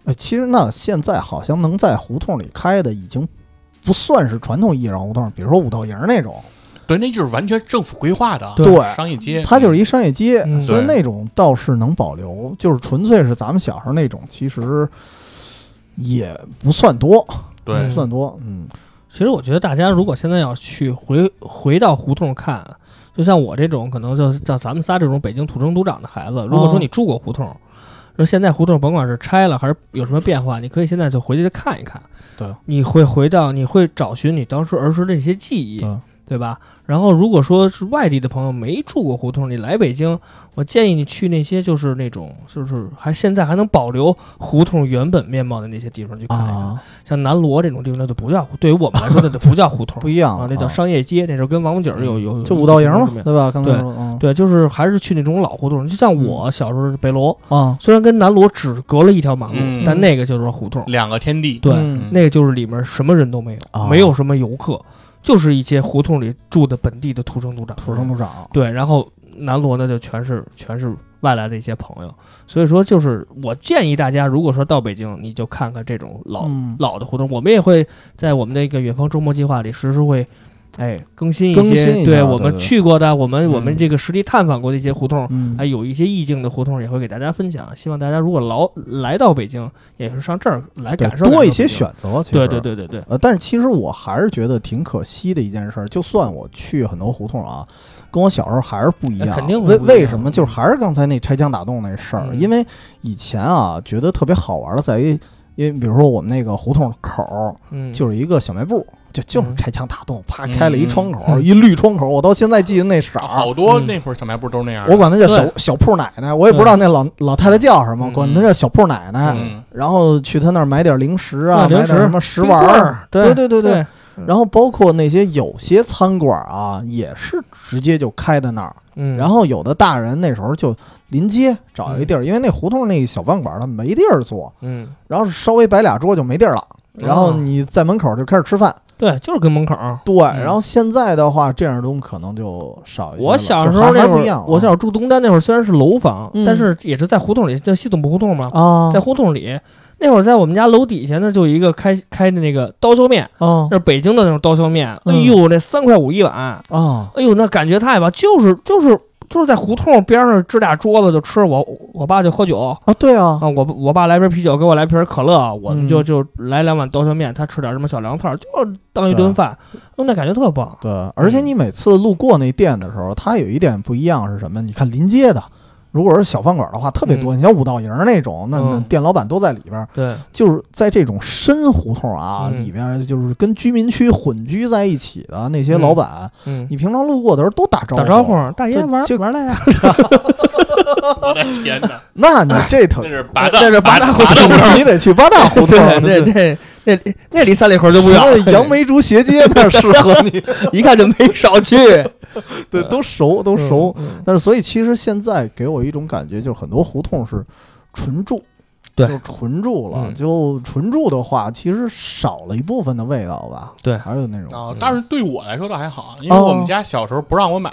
哎其实那现在好像能在胡同里开的已经不算是传统意义上胡同，比如说五道营那种，对，那就是完全政府规划的，对商业街，它就是一商业街，嗯所以对那种倒是能保留，就是纯粹是咱们小时候那种，其实也不算多，对不算多，嗯对。其实我觉得大家如果现在要去回回到胡同看，就像我这种可能就像咱们仨这种北京土生土长的孩子，如哦果说你住过胡同。说现在胡同甭管是拆了还是有什么变化，你可以现在就回去看一看。嗯对，你会回到，你会找寻你当时儿时的那些记忆。对啊对吧？然后如果说是外地的朋友没住过胡同，你来北京，我建议你去那些就是那种就是还现在还能保留胡同原本面貌的那些地方去看一看，啊，像南锣这种地方那就不叫，对于我们来说那就不叫胡 [laughs] 同不一样了，，啊那叫啊嗯商业街，那时候跟王府井儿有有有就五道营有嘛什么，呀对吧？刚才对说嗯对，就是还是去那种老胡同，就像我小时候是北锣，啊，虽然跟南锣只隔了一条马路，嗯但那个就是胡同，两个天地，对，嗯那个就是里面什么人都没有，哦没有什么游客，就是一些胡同里住的本地的土生土长的人。土生土长，对，然后南锣呢就全是全是外来的一些朋友，所以说就是我建议大家，如果说到北京，你就看看这种老、嗯老的胡同，我们也会在我们那个远方周末计划里时时会。哎，更新一些，更新一下对对我们对去过的，我们、我们嗯这个实地探访过的一些胡同，嗯哎，有一些意境的胡同也会给大家分享。希望大家如果老来到北京，也是上这儿来对感受多感一受些北京。选择，其实对对。对对对，呃，但是其实我还是觉得挺可惜的一件事儿，就算我去很多胡同啊，跟我小时候还是不一样。呃肯定为会不一样为什么？就是还是刚才那拆墙打洞那事儿，嗯因为以前啊，觉得特别好玩儿的在于，因为比如说我们那个胡同口儿嗯，就是一个小卖部，就就是嗯拆墙打洞，啪开了一嗯窗口，嗯一绿窗口，我到现在记得那色儿。好多嗯那会儿小卖部都是那样的，我管它叫小对小铺奶奶，我也不知道那老老太太叫什么，嗯管她叫小铺奶奶。嗯然后去她那儿买点零食啊，买零买点食什么食冰玩棍儿儿，对对对对，然后包括那些有些餐馆啊，也是直接就开在那儿。嗯，然后有的大人那时候就临街找一地儿，因为那胡同那小饭馆他没地儿坐，嗯，然后稍微摆俩桌就没地儿哦了。然后你在门口就开始吃饭，对，就是跟门口儿。对。然后现在的话，这样的东西可能就少一些了。我小时就还候那还会不一样儿啊，我小时候住东单那会儿，虽然是楼房，嗯但是也是在胡同里，叫系统部胡同嘛，啊，在胡同里。那会儿在我们家楼底下那儿就有一个开开的那个刀削面，啊那是北京的那种刀削面。哎嗯呦，那三块五一碗，啊哎呦，那感觉太棒，就是就是就是在胡同边上支俩桌子就吃，我我爸就喝酒啊，啊，对啊，我我爸来瓶啤酒，给我来瓶可乐，我们嗯就就来两碗刀削面，他吃点什么小凉菜儿，就当一顿饭，嗯那感觉特棒。对，而且你每次路过那店的时候，它有一点不一样是什么？你看临街的，如果是小饭馆的话，特别多。你像五道营那种，那那嗯店老板都在里边儿，对，就是在这种深胡同啊嗯里边，就是跟居民区混居在一起的那些老板，嗯，你平常路过的时候都打招呼，打招呼，大爷这玩这玩来呀，我的天 [laughs] 哪，那你这 [laughs] 头那是 [laughs] 八大，这是八大胡同胡你得去八大胡同， [laughs] 对对对，那那离三里河就不远什么了，杨梅竹斜街那适合 [laughs] 你，一看就没少去，对，都熟 [laughs] 都不熟。，嗯但是，所以其实现在给我一种感觉，就是很多胡同是纯住，对就纯住了。嗯就纯住的话，其实少了一部分的味道吧。对还是有那种啊，但是对我来说倒还好，因为我们家小时候不让我买，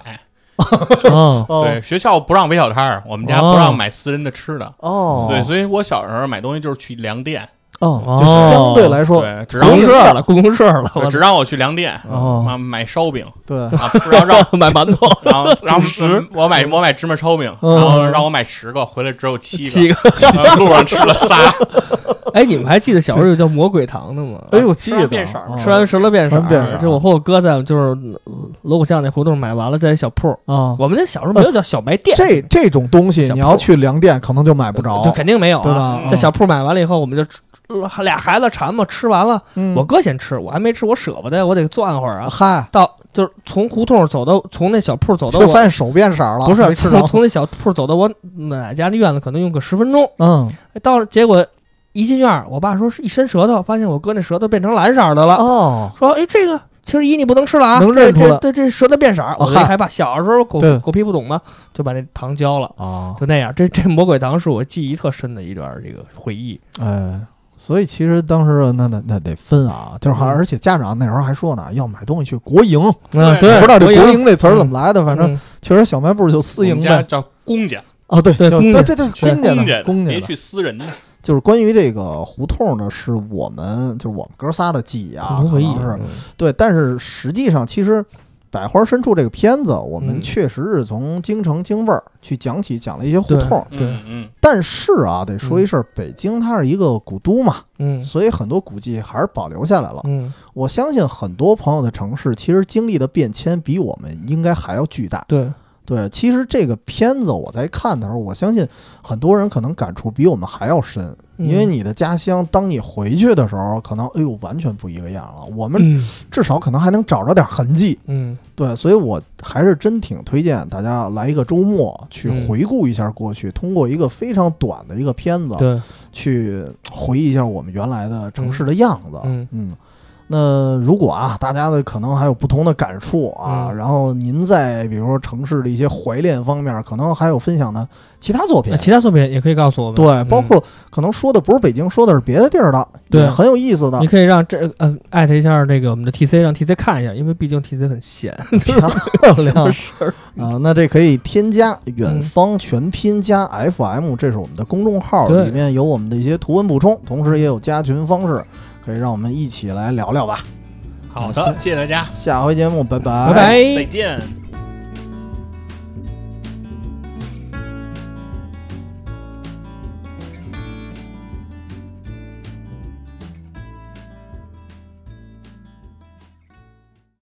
嗯，哦对，学校不让围小摊儿，我们家不让买私人的吃的，哦，对，所以我小时候买东西就是去粮店，哦，哦就相对来说，对，只故让然后宫社了， [laughs] 故宫社了，我只让我去粮店哦啊买烧饼对啊，不让 [laughs] 让。买馒头然后，然后主食我买我买芝麻烧饼，嗯然后让我买十个，回来只有七 [laughs] 七个。然后路上吃了仨，哎，你们还记得小时候有叫魔鬼糖的吗？哎呦，记吃完得变色儿哦吃完舌头变色舌头变色儿，就我和我哥在就是呃锣鼓巷那胡同买完了，在一小铺儿。啊，我们那小时候没有叫小卖店，这这种东西小你铺要去粮店，可能就买不着就，肯定没有对啊。吧？在小铺买完了以后，我们就吃呃俩孩子馋嘛，吃完了，嗯我哥先吃，我还没吃，我舍不得，我得攥会儿啊。嗨，到就是从胡同走到从那小铺走到就发我现手变色儿了，不是啊没吃着从，从那小铺走到我奶家的院子，可能用个十分钟。嗯，到了结果一进院儿，我爸说是一伸舌头，发现我哥那舌头变成蓝色儿的了，哦，说哎这个其实一你不能吃了啊，能认出这来这这这舌头变色儿，我就嗨害怕。小时候狗对狗屁不懂嘛，就把那糖浇了。啊，就那样，这这魔鬼糖是我记忆特深的一段这个回忆。哎，所以其实当时那那那得分啊，就是还嗯而且家长那时候还说呢，要买东西去国营，我嗯，对对，不知道这国国营，营这词儿怎么来的，反正嗯确实小卖部就我私营们家呗。叫公家，哦，对对就公对家对对，去公家公的的，公家别的，去私人的。就是关于这个胡同呢，是我们就是我们哥仨的记忆啊，共同回忆嗯可能是对，但是实际上其实。百花深处这个片子，我们嗯确实是从京城京味儿去讲起，讲了一些胡对同儿。对嗯嗯，但是啊，得说一声，北京它是一个古都嘛，嗯所以很多古迹还是保留下来了。嗯，我相信很多朋友的城市其实经历的变迁比我们应该还要巨大。对，对，其实这个片子我在看的时候，我相信很多人可能感触比我们还要深，嗯因为你的家乡，当你回去的时候，可能哎呦完全不一个样了。我们嗯至少可能还能找着点痕迹。嗯对，所以我还是真挺推荐大家来一个周末去嗯回顾一下过去，通过一个非常短的一个片子对，去回忆一下我们原来的城市的样子。嗯嗯，那如果啊，大家的可能还有不同的感触啊，嗯然后您在比如说城市的一些怀恋方面，可能还有分享的其他作品那。啊其他作品也可以告诉我们，啊对，嗯包括可能说的不是北京，说的是别的地儿的，对也很有意思的你。可以让这嗯艾特一下这个我们的 TC，让 TC 看一下，因为毕竟 TC 很闲，漂亮是啊！那这可以添加嗯远方全拼加 FM，这是我们的公众号，对里面有我们的一些图文补充，同时也有加群方式，可以让我们一起来聊聊吧。好的，谢谢大家，下回节目，拜拜，哎拜拜。再见。